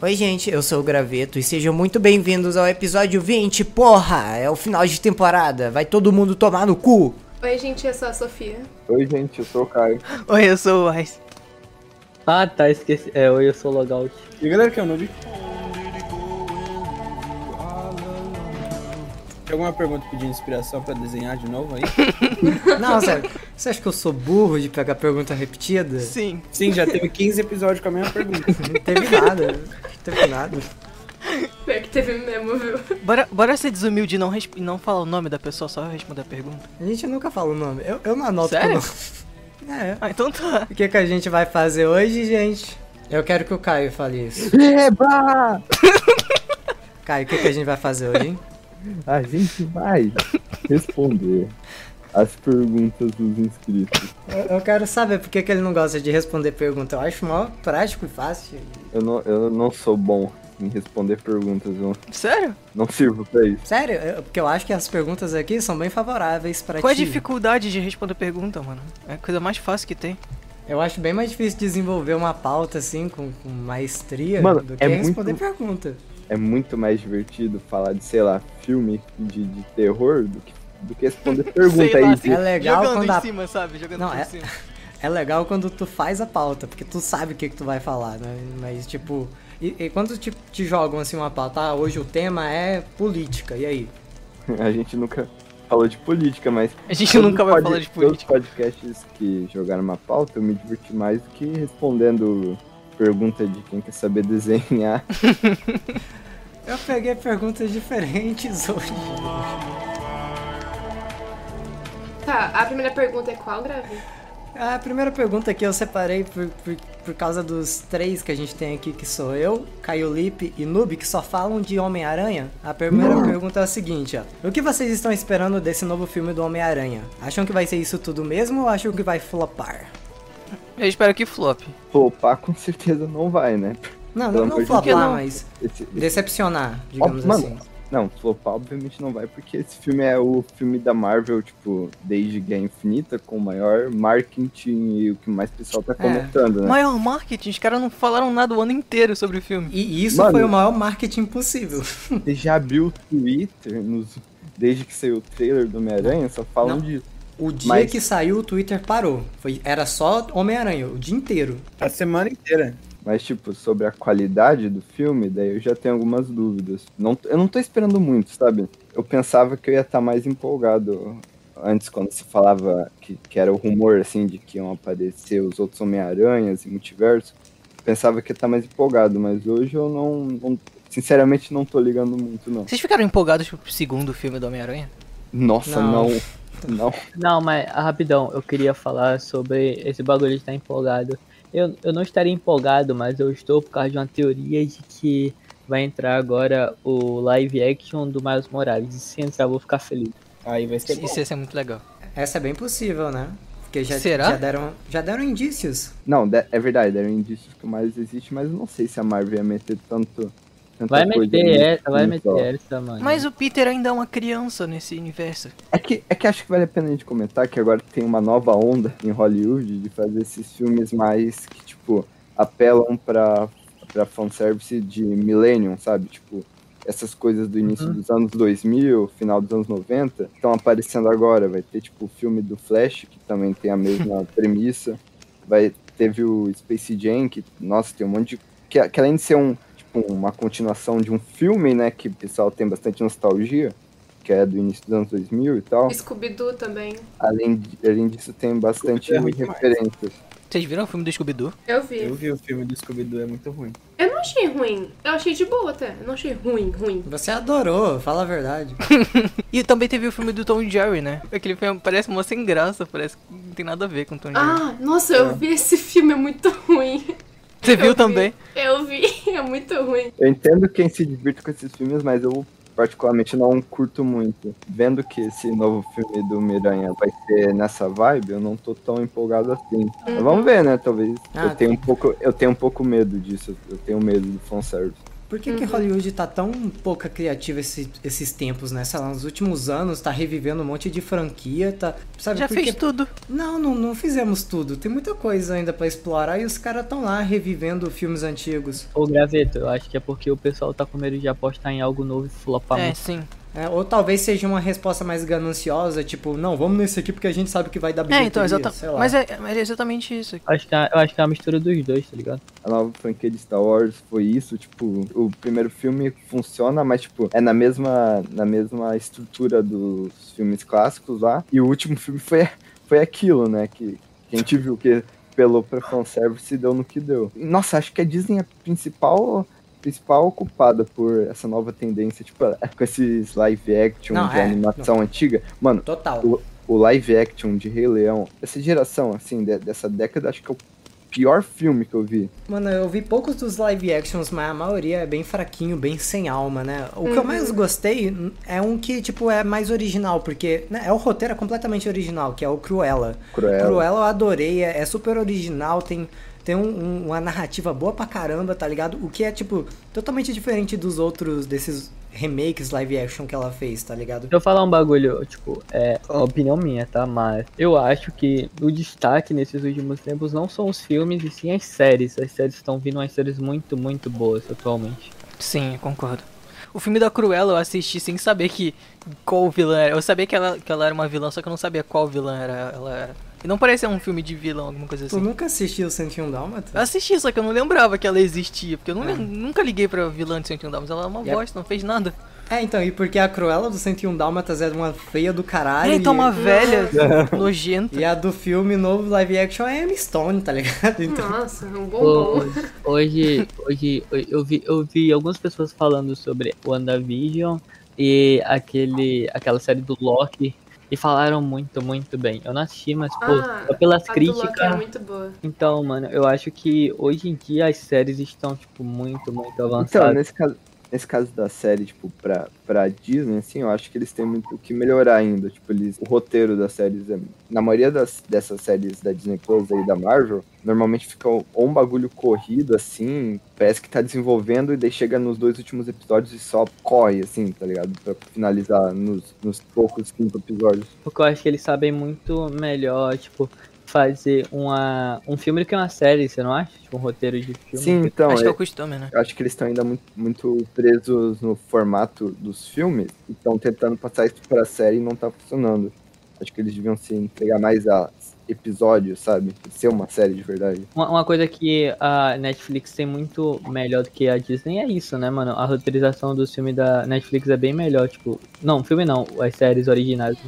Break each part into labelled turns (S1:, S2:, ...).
S1: Oi, gente, eu sou o Graveto e sejam muito bem-vindos ao episódio 20. Porra, é o final de temporada. Vai todo mundo tomar no cu.
S2: Oi, gente, eu sou a Sofia.
S3: Oi, gente, eu sou o Caio.
S4: Oi, eu sou o Ice.
S5: Ah, tá, esqueci. É, oi, eu sou o Logout.
S6: E galera, que é o noob? Tem alguma pergunta pedindo inspiração pra desenhar de novo aí?
S1: Não, sério, você acha que eu sou burro de pegar pergunta repetida?
S4: Sim.
S6: Sim, já teve 15 episódios com a mesma pergunta.
S1: Não teve nada, não teve nada.
S2: Pior que teve mesmo, viu?
S4: Bora, bora ser desumilde e não, resp- e não falar o nome da pessoa, só responder a pergunta.
S1: A gente nunca fala o nome. Eu, eu não anoto
S4: Sério?
S1: o nome. É.
S4: Ah, então tá.
S1: O que, que a gente vai fazer hoje, gente? Eu quero que o Caio fale isso.
S3: Eba!
S1: Caio, o que, que a gente vai fazer hoje, hein?
S3: A gente vai responder as perguntas dos inscritos.
S1: Eu, eu quero saber por que, que ele não gosta de responder pergunta. Eu acho mó prático e fácil.
S3: Eu não, eu não sou bom em responder perguntas, eu
S4: Sério?
S3: não sirvo pra isso.
S1: Sério, eu- porque eu acho que as perguntas aqui são bem favoráveis pra
S4: Qual a
S1: ti.
S4: dificuldade de responder pergunta, mano? É a coisa mais fácil que tem.
S1: Eu acho bem mais difícil desenvolver uma pauta assim com, com maestria
S3: Mano,
S1: do que
S3: é
S1: responder
S3: muito-
S1: pergunta.
S3: É muito mais divertido falar de, sei lá, filme de, de terror do que, do que responder pergunta
S4: Sei lá,
S3: aí.
S4: assim,
S3: de-
S1: É legal
S4: Jogando
S1: quando
S4: em
S1: a-
S4: cima, sabe? Jogando
S1: Não,
S4: por
S1: é-
S4: cima.
S1: É legal quando tu faz a pauta, porque tu sabe o que, que tu vai falar, né? Mas tipo, e, e quando te, te jogam assim uma pauta, ah, hoje o tema é política, e aí?
S3: A gente nunca falou de política, mas.
S4: A gente
S3: todos
S4: nunca vai
S3: pod-
S4: falar de
S3: todos
S4: política.
S3: os podcasts que jogaram uma pauta, eu me diverti mais do que respondendo pergunta de quem quer saber desenhar.
S1: Eu peguei perguntas diferentes hoje.
S2: Tá, a primeira pergunta é qual, Grave?
S1: A primeira pergunta que eu separei por, por, por causa dos três que a gente tem aqui, que sou eu, Caio Lipe e Noob, que só falam de Homem-Aranha. A primeira
S3: Uhum.
S1: pergunta é a seguinte, ó. O que vocês estão esperando desse novo filme do Homem-Aranha? Acham que vai ser isso tudo mesmo ou acham que vai flopar?
S4: Eu espero que flop.
S3: Flopar com certeza não vai, né?
S1: Não,
S3: Pelo
S1: não,
S3: amor
S1: não
S3: de Deus.
S1: flopar, mas
S3: Esse-
S1: decepcionar, digamos
S3: Ó,
S1: assim.
S3: Mano, não, flopar obviamente não vai, porque esse filme é o filme da Marvel, tipo, desde Guerra Infinita, com o maior marketing e o que mais o pessoal
S4: É.
S3: tá comentando, né?
S4: Maior marketing, os caras não falaram nada o ano inteiro sobre o filme.
S1: E isso
S3: Mano.
S1: foi o maior marketing possível.
S3: Você já abriu o Twitter nos- desde que saiu o trailer do Homem-Aranha, só falam
S1: Não.
S3: disso.
S1: O dia
S3: Mas-
S1: que saiu, o Twitter parou. Foi, era só Homem-Aranha, o dia inteiro.
S6: A semana inteira.
S3: Mas, tipo, sobre a qualidade do filme, daí eu já tenho algumas dúvidas. Não, eu não tô esperando muito, sabe? Eu pensava que eu ia estar mais empolgado antes, quando se falava que, que era o rumor, assim, de que iam aparecer os outros Homem-Aranhas e multiverso. Pensava que ia estar mais empolgado, mas hoje eu não, não- Sinceramente, não tô ligando muito, não.
S4: Vocês ficaram empolgados pro segundo filme do Homem-Aranha?
S3: Nossa,
S1: Não.
S3: não. Não.
S5: Não, mas ah, rapidão, eu queria falar sobre esse bagulho de estar empolgado. Eu, eu não estaria empolgado, mas eu estou por causa de uma teoria de que vai entrar agora o live action do Miles Morales. E se entrar, eu vou ficar feliz.
S6: Aí vai ser bom.
S4: Isso ia ser muito legal.
S1: Essa é bem possível, né? Porque já,
S4: Será?
S1: já deram, já deram indícios.
S3: Não, de- é verdade, era um indício que mais existe, mas eu não sei se a Marvel ia meter tanto. tanta
S5: Vai
S3: coisa
S5: meter
S3: nesse
S5: essa, vai
S3: filme só.
S5: meter é. essa, mano.
S4: Mas o Peter ainda é uma criança nesse universo.
S3: É que, é que acho que vale a pena a gente comentar que agora tem uma nova onda em Hollywood de fazer esses filmes mais que, tipo, apelam pra, pra fanservice de Millennium, sabe? Tipo, essas coisas do início dos anos 2000, final dos anos 90, estão aparecendo agora. Vai ter, tipo, o filme do Flash, que também tem a mesma premissa. Vai, teve o Space Jam, que, nossa, tem um monte de... Que, que além de ser um, tipo, uma continuação de um filme, né, que o pessoal tem bastante nostalgia, que é do início dos anos 2000 e tal.
S2: Scooby-Doo também.
S3: Além, de- além disso, tem bastante
S6: É ruim demais.
S3: referências.
S4: Vocês viram o filme do Scooby-Doo?
S2: Eu vi.
S6: Eu
S2: Eu...
S6: vi o filme do Scooby-Doo, é muito ruim.
S2: não achei ruim. Eu achei de boa até. Eu não achei ruim, ruim.
S6: Hum.
S1: Você adorou, fala a verdade.
S4: E também teve o filme do Tom e Jerry, né? Aquele filme parece uma sem graça, parece que não tem nada a ver com o Tom e Jerry.
S2: Ah, nossa, eu vi esse filme, é muito ruim.
S4: Você
S2: Eu
S4: viu
S2: vi.
S4: também?
S2: Eu vi, é muito ruim.
S3: Eu entendo quem se divirta com esses filmes, mas eu particularmente não curto muito. Vendo que esse novo filme do Miranha vai ser nessa vibe, eu não tô tão empolgado assim. Mas Vamos ver, né? Talvez.
S1: Ah,
S3: eu, tenho um pouco, eu tenho um pouco medo disso. Eu tenho medo do fanservice.
S1: Por que, que
S4: Uhum.
S1: Hollywood tá tão pouca criativa esse- esses tempos, né? Sei lá, nos últimos anos tá revivendo um monte de franquia, tá. Sabe
S4: Já
S1: por quê?
S4: fez tudo.
S1: Não, não, não fizemos tudo. Tem muita coisa ainda pra explorar e os caras estão lá revivendo filmes antigos.
S5: Ô, Graveto, eu acho que é porque o pessoal tá com medo de apostar em algo novo e flopar
S4: É,
S5: muito.
S4: sim.
S1: né? ou talvez seja uma resposta mais gananciosa, tipo, não, vamos nesse aqui porque a gente sabe que vai dar
S4: É,
S1: bilheteria,
S4: então, exata...
S1: sei lá.
S4: mas é, mas é exatamente isso.
S5: Acho que, é, eu acho que é uma mistura dos dois, tá ligado?
S3: a nova franquia de Star Wars foi isso, tipo, o primeiro filme funciona, mas tipo, é na mesma na mesma estrutura dos filmes clássicos lá, e o último filme foi foi aquilo, né, que, que a gente viu que pelo pra fanservice deu no que deu. E, nossa, acho que a Disney é a principal principal culpada por essa nova tendência, tipo, com esses live action
S1: Não,
S3: de
S1: é,
S3: animação antiga. Mano,
S1: Total.
S3: o live action de Rei Leão, essa geração, assim, de- dessa década, acho que é o pior filme que eu vi.
S1: Mano, eu vi poucos dos live actions, mas a maioria é bem fraquinho, bem sem alma, né? O que eu mais gostei é um que, tipo, é mais original, porque né, é o roteiro é completamente original, que é o Cruella.
S3: Cruella.
S1: eu adorei, é, é super original, tem, tem um- um- uma narrativa boa pra caramba, tá ligado? O que é, tipo, totalmente diferente dos outros, desses remakes live action que ela fez, tá ligado?
S5: Deixa eu falar um bagulho, tipo, é uma opinião minha, tá? Mas eu acho que o destaque nesses últimos tempos não são os filmes e sim as séries. As séries estão vindo umas séries muito, muito boas atualmente.
S4: Sim, eu concordo. O filme da Cruella eu assisti sem saber que qual vilã era. Eu sabia que ela, que ela era uma vilã, só que eu não sabia qual vilã era ela era. E não parecia um filme de vilão, alguma coisa
S1: Tu
S2: Uhum.
S4: assim.
S1: nunca assistiu 101 Dálmatas?
S4: Eu assisti, só que eu não lembrava que ela existia, porque eu não lem- nunca liguei pra vilã de 101 Dalmas, ela Ah. é uma
S1: Yep.
S4: bosta, não fez nada.
S1: É, então, e porque a Cruella do 101 Dálmatas era uma feia do caralho.
S4: É, então
S1: e-
S4: uma velha, nojenta.
S1: E a do filme novo live action é Emma Stone, tá ligado? Então,
S2: Nossa, um
S5: Ho-
S2: bombom.
S5: Hoje, hoje, hoje eu, vi, eu vi algumas pessoas falando sobre WandaVision e aquele, aquela série do Loki e falaram muito, muito bem. Eu não assisti, mas pô,
S2: Ah,
S5: só pelas
S2: A do Loki é
S5: críticas.
S2: muito boa.
S5: Então, mano, eu acho que hoje em dia as séries estão, tipo, muito, muito
S3: Então,
S5: avançadas.
S3: nesse caso, nesse caso da série, tipo, pra, pra Disney, assim, eu acho que eles têm muito o que melhorar ainda. Tipo, eles, o roteiro das séries, é- na maioria das, dessas séries da Disney Plus e da Marvel, normalmente fica ou ou um bagulho corrido, assim, parece que tá desenvolvendo e daí chega nos dois últimos episódios e só corre, assim, tá ligado? Pra finalizar nos, nos poucos cinco episódios.
S5: Porque eu acho que eles sabem muito melhor, tipo, fazer uma, um filme do que uma série, você não acha? Tipo, um roteiro de filme.
S3: Sim, então,
S4: Acho que
S3: é-
S4: é o costume, né?
S3: eu acho que eles estão ainda muito, muito presos no formato dos filmes e estão tentando passar isso pra série e não tá funcionando. Acho que eles deviam se entregar mais a episódios, sabe? Ser uma série de verdade.
S5: Uma, uma coisa que a Netflix tem muito melhor do que a Disney é isso, né, mano? A roteirização dos filmes da Netflix é bem melhor, tipo. Não, filme não, as séries originais.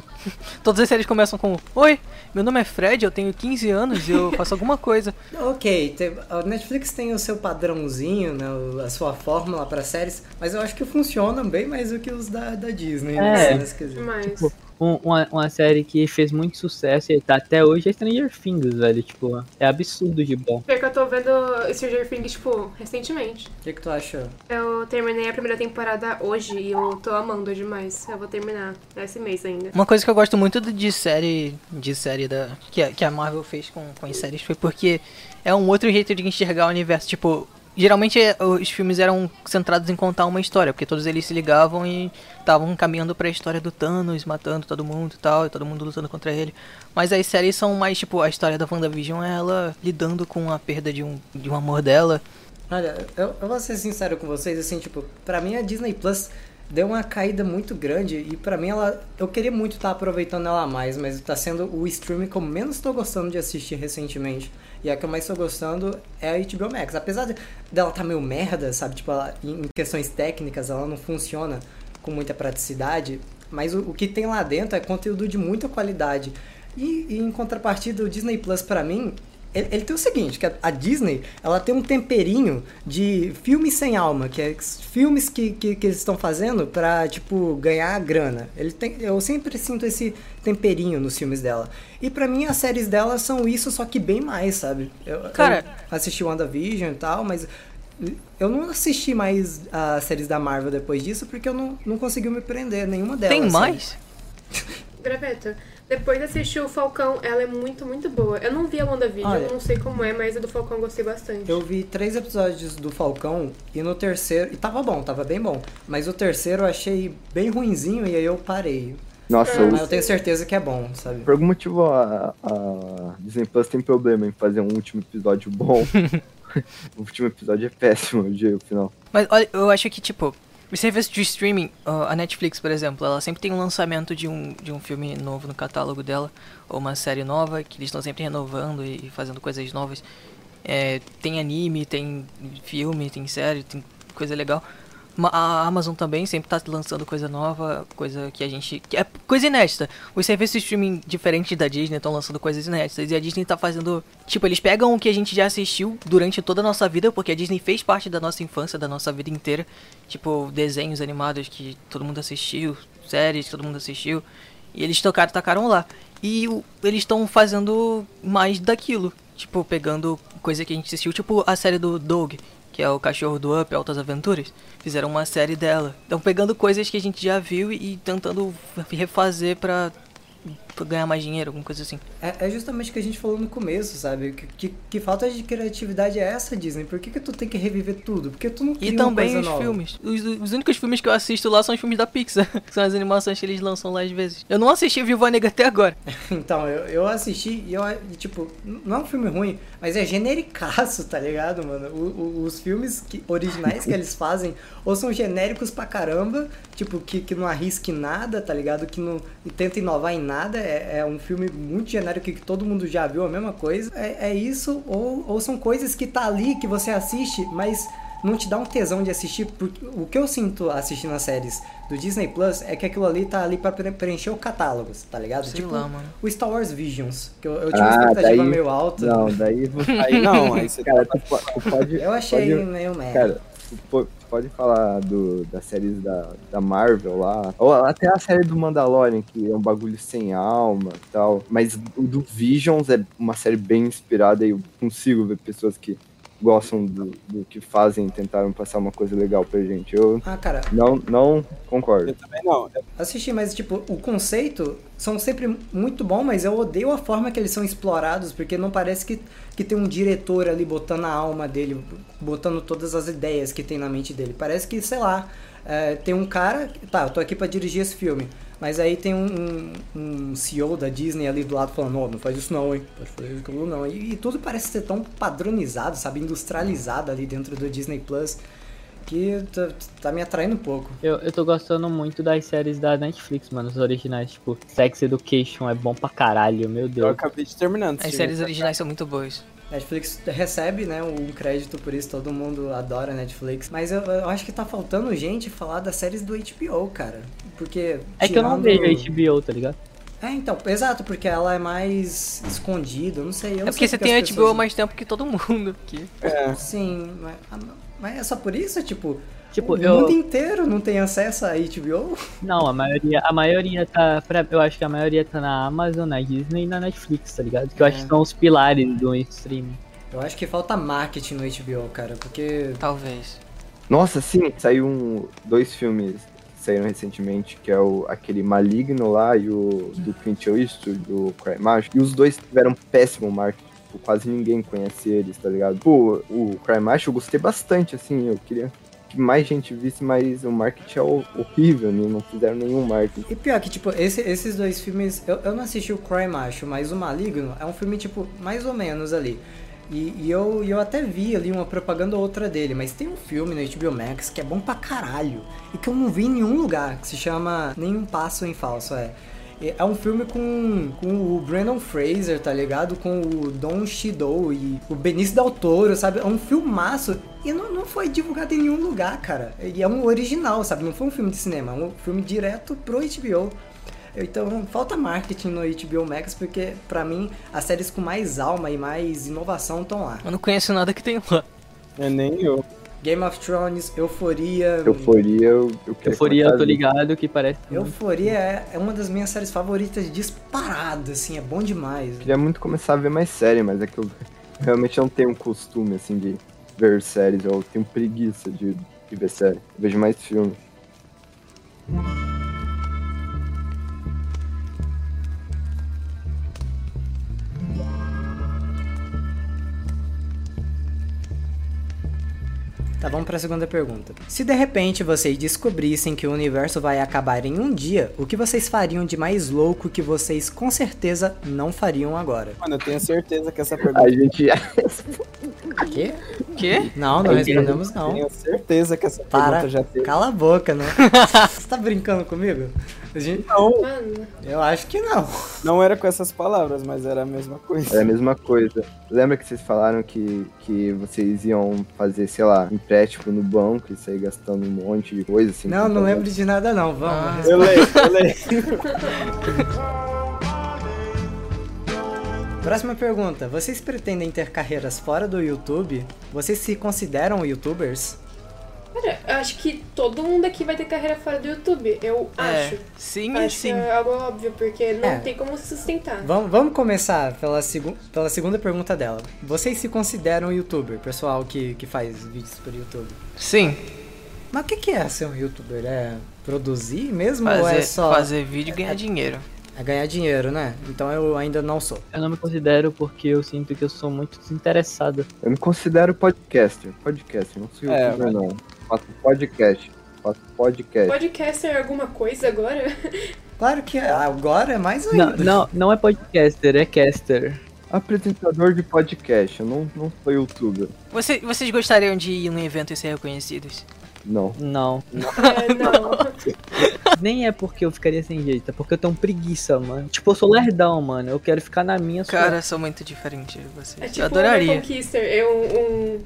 S4: Todas as séries começam com Oi, meu nome é Fred, eu tenho 15 anos e eu faço alguma coisa.
S1: ok, te- a Netflix tem o seu padrãozinho, né, o- a sua fórmula pra séries, mas eu acho que funcionam bem mais do que os da, da Disney, né?
S5: É.
S1: nesse quesito.
S2: Mas.
S5: Tipo, Um- uma, uma série que fez muito sucesso e tá até hoje é Stranger Things, velho. Tipo, é absurdo de bom.
S2: Pior que eu tô vendo Stranger Things, tipo, recentemente.
S1: O que, que tu achou?
S2: Eu terminei a primeira temporada hoje e eu tô amando demais. Eu vou terminar esse mês ainda.
S4: Uma coisa que eu gosto muito de- de série, de série da que a, que a Marvel fez com, com as séries foi porque é um outro jeito de enxergar o universo. Tipo, geralmente é, os filmes eram centrados em contar uma história, porque todos eles se ligavam e estavam caminhando pra história do Thanos, matando todo mundo e tal, e todo mundo lutando contra ele. Mas as séries são mais tipo a história da WandaVision é ela lidando com a perda de um, de um amor dela.
S1: Olha, eu, eu vou ser sincero com vocês, assim, tipo, pra mim a Disney Plus deu uma caída muito grande e pra mim ela. Eu queria muito estar aproveitando ela mais, mas tá sendo o streaming que eu menos tô gostando de assistir recentemente. E a que eu mais tô gostando é a HBO Max. Apesar de- dela tá meio merda, sabe? Tipo, ela, em em questões técnicas ela não funciona com muita praticidade, mas o, o que tem lá dentro é conteúdo de muita qualidade. E, e em contrapartida, o Disney Plus pra mim ele, ele tem o seguinte, que a, a Disney, ela tem um temperinho de filmes sem alma, que é s- filmes que, que, que eles estão fazendo pra, tipo, ganhar grana. Ele tem, eu sempre sinto esse temperinho nos filmes dela. E pra mim, as séries dela são isso, só que bem mais, sabe? Eu,
S4: Cara-
S1: eu assisti WandaVision e tal, mas... Eu não assisti mais as séries da Marvel É, depois disso, porque eu não, não consegui me prender nenhuma delas.
S4: Tem
S1: sabe?
S4: mais?
S2: Graveto, Depois de assistir o Falcão, ela é muito, muito boa. Eu não vi a WandaVision,
S1: Olha.
S2: eu não sei como é, mas a do Falcão eu gostei bastante.
S1: Eu vi três episódios do Falcão e no terceiro. E tava bom, tava bem bom. Mas o terceiro eu achei bem ruinzinho e aí eu parei.
S3: Nossa,
S2: Ah,
S3: o-
S1: Mas eu tenho certeza que é bom, sabe?
S3: por algum motivo a, a Disney Plus tem problema em fazer um último episódio bom. o último episódio é péssimo, eu diria, o final.
S4: Mas olha, eu acho que, tipo, o serviço de streaming, ó, a Netflix, por exemplo, ela sempre tem um lançamento de um, de um filme novo no catálogo dela, ou uma série nova, que eles estão sempre renovando e e fazendo coisas novas. É, tem anime, tem filme, tem série, tem coisa legal. Ma- A Amazon também sempre tá lançando coisa nova, coisa que a gente. que é coisa inédita. Os serviços de streaming diferentes da Disney estão lançando coisas inéditas. E a Disney tá fazendo. Tipo, eles pegam o que a gente já assistiu durante toda a nossa vida, porque a Disney fez parte da nossa infância, da nossa vida inteira. Tipo, desenhos animados que todo mundo assistiu, séries que todo mundo assistiu. E eles tocaram, tacaram lá. E o- eles estão fazendo mais daquilo. Tipo, pegando coisa que a gente assistiu, tipo a série do Doug, que é o cachorro do Up, Altas Aventuras. Fizeram uma série dela. Estão pegando coisas que a gente já viu e, e tentando refazer pra, pra ganhar mais dinheiro, alguma coisa assim.
S1: É, é justamente o que a gente falou no começo, sabe? Que, que, que falta de criatividade é essa, Disney? Por que, que tu tem que reviver tudo? Porque tu não
S4: E
S1: cria
S4: também
S1: uma coisa
S4: os
S1: nova?
S4: filmes. Os, os únicos filmes que eu assisto lá são os filmes da Pixar, que são as animações que eles lançam lá às vezes. Eu não assisti Viúva Negra até agora.
S1: Então, eu, eu assisti e eu, e, tipo, n- não é um filme ruim, mas é genericaço, tá ligado, mano? O- o- os filmes que- originais que eles fazem ou são genéricos pra caramba, tipo, que, que não arrisque nada, tá ligado? Que não tenta inovar em nada. É, é um filme muito genérico que todo mundo já viu, a mesma coisa. É, é isso, ou, ou são coisas que tá ali, que você assiste, mas não te dá um tesão de assistir, porque o que eu sinto assistindo as séries do Disney Plus é que aquilo ali tá ali pra pre- preencher o catálogo, tá ligado?
S4: Sei lá, mano.
S1: o Star Wars Visions, que eu, eu tinha uma
S3: Ah,
S1: expectativa
S3: daí-
S1: meio alta.
S3: Não, daí você.
S6: Aí não, aí você tá-
S3: Cara, tu, po- tu pode.
S1: Eu achei
S3: pode-
S1: meio merda.
S3: Cara, tu po- tu pode falar do, das séries da, da Marvel lá, ou até a série do Mandalorian, que é um bagulho sem alma e tal, mas o do Visions é uma série bem inspirada e eu consigo ver pessoas que gostam do, do que fazem e tentaram passar uma coisa legal pra gente. Eu
S1: Ah, cara,
S3: não, não concordo.
S6: também não.
S1: assisti, mas tipo, o conceito são sempre muito bom, mas eu odeio a forma que eles são explorados, porque não parece que, que tem um diretor ali botando a alma dele, botando todas as ideias que tem na mente dele. Parece que, sei lá, é, tem um cara, tá, eu tô aqui pra dirigir esse filme, mas aí tem um, um, um CEO da Disney ali do lado falando, ó, não faz isso não, hein, pode fazer aquilo não. E, e tudo parece ser tão padronizado, sabe, industrializado ali dentro do Disney+, Plus que tá, tá me atraindo um pouco.
S5: Eu, eu tô gostando muito das séries da Netflix, mano, os originais, tipo, Sex Education é bom pra caralho, meu
S6: Eu
S5: Deus.
S6: acabei de terminar. de
S4: As
S6: assistir.
S4: séries originais são muito boas.
S1: Netflix recebe, né, um crédito por isso, todo mundo adora Netflix. Mas eu, eu acho que tá faltando gente falar das séries do HBO, cara. Porque.
S5: É que eu não
S1: tirando-
S5: vejo HBO, tá ligado?
S1: É, então, exato, porque ela é mais escondida, eu não sei. Eu não
S4: É porque
S1: sei
S4: você
S1: porque
S4: tem
S1: as
S4: HBO há
S1: pessoas...
S4: mais tempo que todo mundo aqui.
S1: Sim, mas, ah, não. mas é só por isso, tipo.
S5: Tipo,
S1: o
S5: eu.
S1: mundo inteiro não tem acesso a HBO?
S5: Não, a maioria, a maioria tá. Pra, eu acho que a maioria tá na Amazon, na Disney e na Netflix, tá ligado? Que eu acho que são os pilares do streaming.
S1: Eu acho que falta marketing no HBO, cara, porque.
S4: Talvez.
S3: Nossa, sim, saiu um, dois filmes que saíram recentemente, que é o, aquele Maligno lá e o do Clint Eastwood, do Cry Macho. E os dois tiveram um péssimo marketing. tipo, Quase ninguém conhece eles, tá ligado? Pô, o Cry Macho eu gostei bastante, assim. Eu queria que mais gente visse, mas o marketing é ho- horrível, né? Não fizeram nenhum marketing.
S1: E pior que, tipo, esse- esses dois filmes. Eu, eu não assisti o Cry Macho, mas o Maligno é um filme, tipo, mais ou menos ali. E, e eu, e eu até vi ali uma propaganda ou outra dele, mas tem um filme no HBO Max que é bom pra caralho e que eu não vi em nenhum lugar, que se chama Nenhum Passo em Falso, é. É é um filme com, com o Brandon Fraser, tá ligado? Com o Don Cheadle e o Benício Del Toro, sabe? É um filmaço e não, não foi divulgado em nenhum lugar, cara. E é um original, sabe? Não foi um filme de cinema, é um filme direto pro HBO. Então, falta marketing no HBO Max, porque, pra mim, as séries com mais alma e mais inovação estão lá.
S4: Eu não conheço nada que tem lá.
S6: É nem eu.
S1: Game of Thrones, Euforia...
S3: Euforia, eu, eu queria
S5: Euforia, eu
S3: comentar
S5: tô tá ligado que parece.
S1: Euforia é, é uma das minhas séries favoritas disparada, assim, é bom demais.
S3: Queria muito começar a ver mais série, mas é que eu realmente não tenho um costume, assim, de ver séries. Eu tenho preguiça de, de ver série. Eu vejo mais filme.
S1: Tá, vamos pra segunda pergunta. Se de repente vocês descobrissem que o universo vai acabar em um dia, o que vocês fariam de mais louco que vocês com certeza não fariam agora?
S6: Mano, eu tenho certeza que essa pergunta.
S3: A gente já.
S1: Quê?
S4: Quê?
S1: Não, não respondemos não.
S6: Tenho certeza que essa
S1: Para,
S6: pergunta já teve.
S1: cala a boca, né? Você tá brincando comigo? A gente-
S2: Mano,
S1: Eu acho que não.
S6: Não era com essas palavras, mas era a mesma coisa.
S3: É a mesma coisa. Lembra que vocês falaram que, que vocês iam fazer, sei lá, empréstimo no banco e sair gastando um monte de coisa assim?
S1: Não,
S3: com
S1: não
S3: todo
S1: lembro
S3: mundo?
S1: de nada não,
S4: Ah.
S1: vamos.
S6: Eu leio, eu leio.
S1: Próxima pergunta. Vocês pretendem ter carreiras fora do YouTube? Vocês se consideram youtubers?
S2: cara, eu acho que todo mundo aqui vai ter carreira fora do YouTube. Eu acho.
S4: É. Sim e
S2: Acho que
S4: sim.
S2: é algo óbvio, porque não
S1: É.
S2: tem como se sustentar.
S1: Vamos, vamos começar pela, segu pela segunda pergunta dela. Vocês se consideram youtuber, pessoal que, que faz vídeos por YouTube?
S2: é.
S4: Sim.
S1: Mas o que, que é ser um youtuber? É produzir mesmo ou
S4: Fazer,
S1: é só
S4: fazer vídeo e ganhar dinheiro.
S1: é ganhar dinheiro, né? Então eu ainda não sou.
S5: Eu não me considero porque eu sinto que eu sou muito desinteressado.
S3: Eu me considero podcaster. Podcaster, não sou
S6: É,
S3: youtuber, não. Faço podcast. Faço podcast.
S2: Podcaster é alguma coisa agora?
S1: Claro que agora é mais
S5: Não,
S1: ainda.
S5: não, não é podcaster, é caster.
S3: Apresentador de podcast. Eu não, não sou youtuber.
S4: Você- vocês gostariam de ir num evento e ser reconhecidos?
S3: Não.
S5: Não.
S2: É, não.
S5: Nem é porque eu ficaria sem jeito, é porque eu tenho preguiça, mano. Tipo, eu sou lerdão, mano. Eu quero ficar na minha só.
S4: Cara, eu sou muito diferente de vocês.
S2: É
S4: eu
S2: tipo
S4: adoraria.
S2: um Conquister. Eu,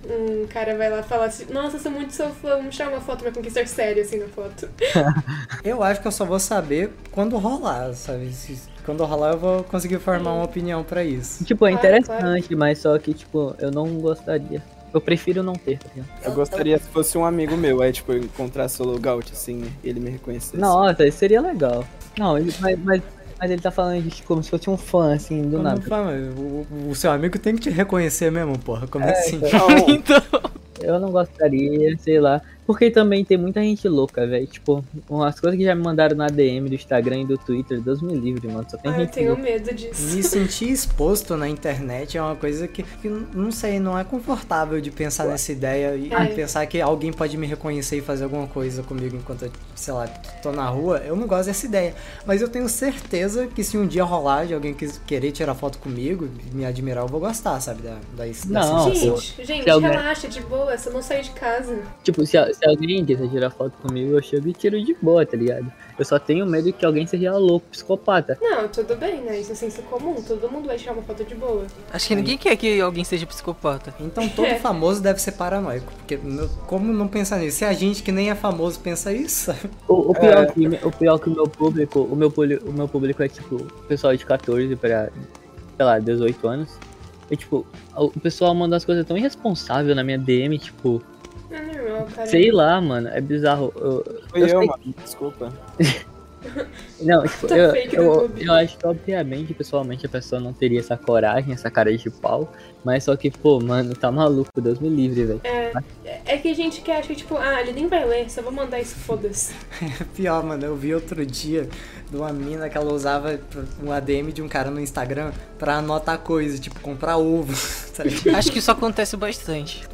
S2: um, um cara vai lá falar assim, nossa, sou muito seu fã, vamos tirar uma foto pra Conquister sério assim na foto.
S1: Eu acho que eu só vou saber quando rolar, sabe? Se- Quando rolar eu vou conseguir formar uma opinião pra isso.
S5: Tipo, é
S2: Claro, claro.
S5: interessante, mas só que, tipo, eu não gostaria. Eu prefiro não ter, tá ligado?
S6: Eu gostaria se fosse um amigo meu, aí tipo, eu encontrasse o logout assim, e ele me reconhecesse.
S5: Nossa, isso seria legal. Não, ele- mas, mas, mas ele tá falando de tipo, como se fosse um fã, assim, do
S1: Como
S5: nada.
S1: fala, o, o seu amigo tem que te reconhecer mesmo, porra. Como é, assim?
S6: Não,
S4: então,
S5: Eu não gostaria, sei lá. Porque também tem muita gente louca, velho. Tipo, umas coisas que já me mandaram na DM do Instagram e do Twitter, Deus me livre, mano. Só tem
S2: Ah, eu
S5: gente
S2: tenho
S5: louca.
S2: medo disso.
S1: Me sentir exposto na internet é uma coisa que, que n- não sei, não é confortável de pensar nessa ideia e, e
S2: É.
S1: pensar que alguém pode me reconhecer e fazer alguma coisa comigo enquanto eu, sei lá, tô na rua. Eu não gosto dessa ideia. Mas eu tenho certeza que se um dia rolar de alguém quis- querer tirar foto comigo, me admirar, eu vou gostar, sabe? Da, da, da
S5: Não,
S1: sensação.
S2: Gente, gente,
S5: Se alguém-
S2: relaxa, de boa, é só não sair de casa.
S5: Tipo, se, a- se alguém quiser tirar foto comigo, eu chego e tiro de boa, tá ligado? Eu só tenho medo que alguém seja louco, psicopata.
S2: Não, tudo bem, né? Isso é senso comum, todo mundo vai tirar uma foto de boa.
S4: acho que ninguém quer que alguém seja psicopata.
S1: Então todo famoso deve ser paranoico. Porque meu- como não pensar nisso? Se a gente que nem é famoso pensa isso, é sabe?
S5: O, o pior, que, o pior que o meu público, o meu, poli- o meu público é tipo, pessoal de 14 pra, sei lá, 18 anos. É tipo, o o pessoal manda as coisas tão irresponsável na minha DM, tipo,
S2: É normal, cara.
S5: sei lá, mano, é bizarro. Eu-
S6: fui
S5: eu
S6: eu,
S5: sei.
S6: mano. Desculpa.
S5: Não, tipo,
S2: Tá
S5: eu,
S2: fake no
S5: eu,
S2: YouTube.
S5: eu acho que obviamente, pessoalmente, a pessoa não teria essa coragem, essa cara de pau. Mas só que, pô, mano, tá maluco, Deus me livre, velho.
S2: É que a gente que acha, tipo, ah, ele nem vai ler, só vou mandar isso, foda-se.
S1: Pior, mano, eu vi outro dia de uma mina que ela usava um ADM de um cara no Instagram pra anotar coisa, tipo comprar ovo, sabe?
S4: Acho que isso acontece bastante.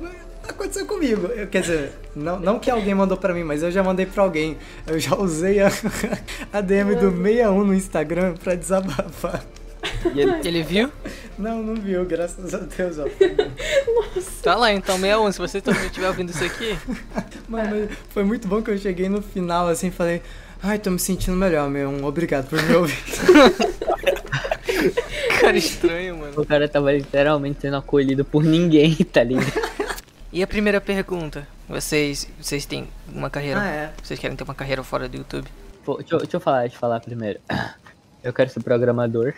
S1: Aconteceu comigo. Eu, quer dizer, não, não que alguém mandou pra mim, mas eu já mandei pra alguém. Eu já usei a a ADM do 61 no Instagram pra desabafar.
S6: E ele,
S4: Ele viu?
S1: Não, não viu, graças a Deus, ó.
S4: Tá lá, então 61. Se você também estiver ouvindo isso aqui,
S1: Mano, foi muito bom que eu cheguei no final assim e falei. Ai, tô me sentindo melhor, meu. um Obrigado por me ouvir.
S4: cara estranho, mano.
S5: O cara tava literalmente sendo acolhido por ninguém, tá ligado?
S4: E a primeira pergunta? Vocês, vocês têm uma carreira?
S1: Ah, é.
S4: Vocês querem ter uma carreira fora do YouTube?
S5: Pô, deixa, eu- deixa eu falar, deixa eu falar primeiro. Eu quero ser programador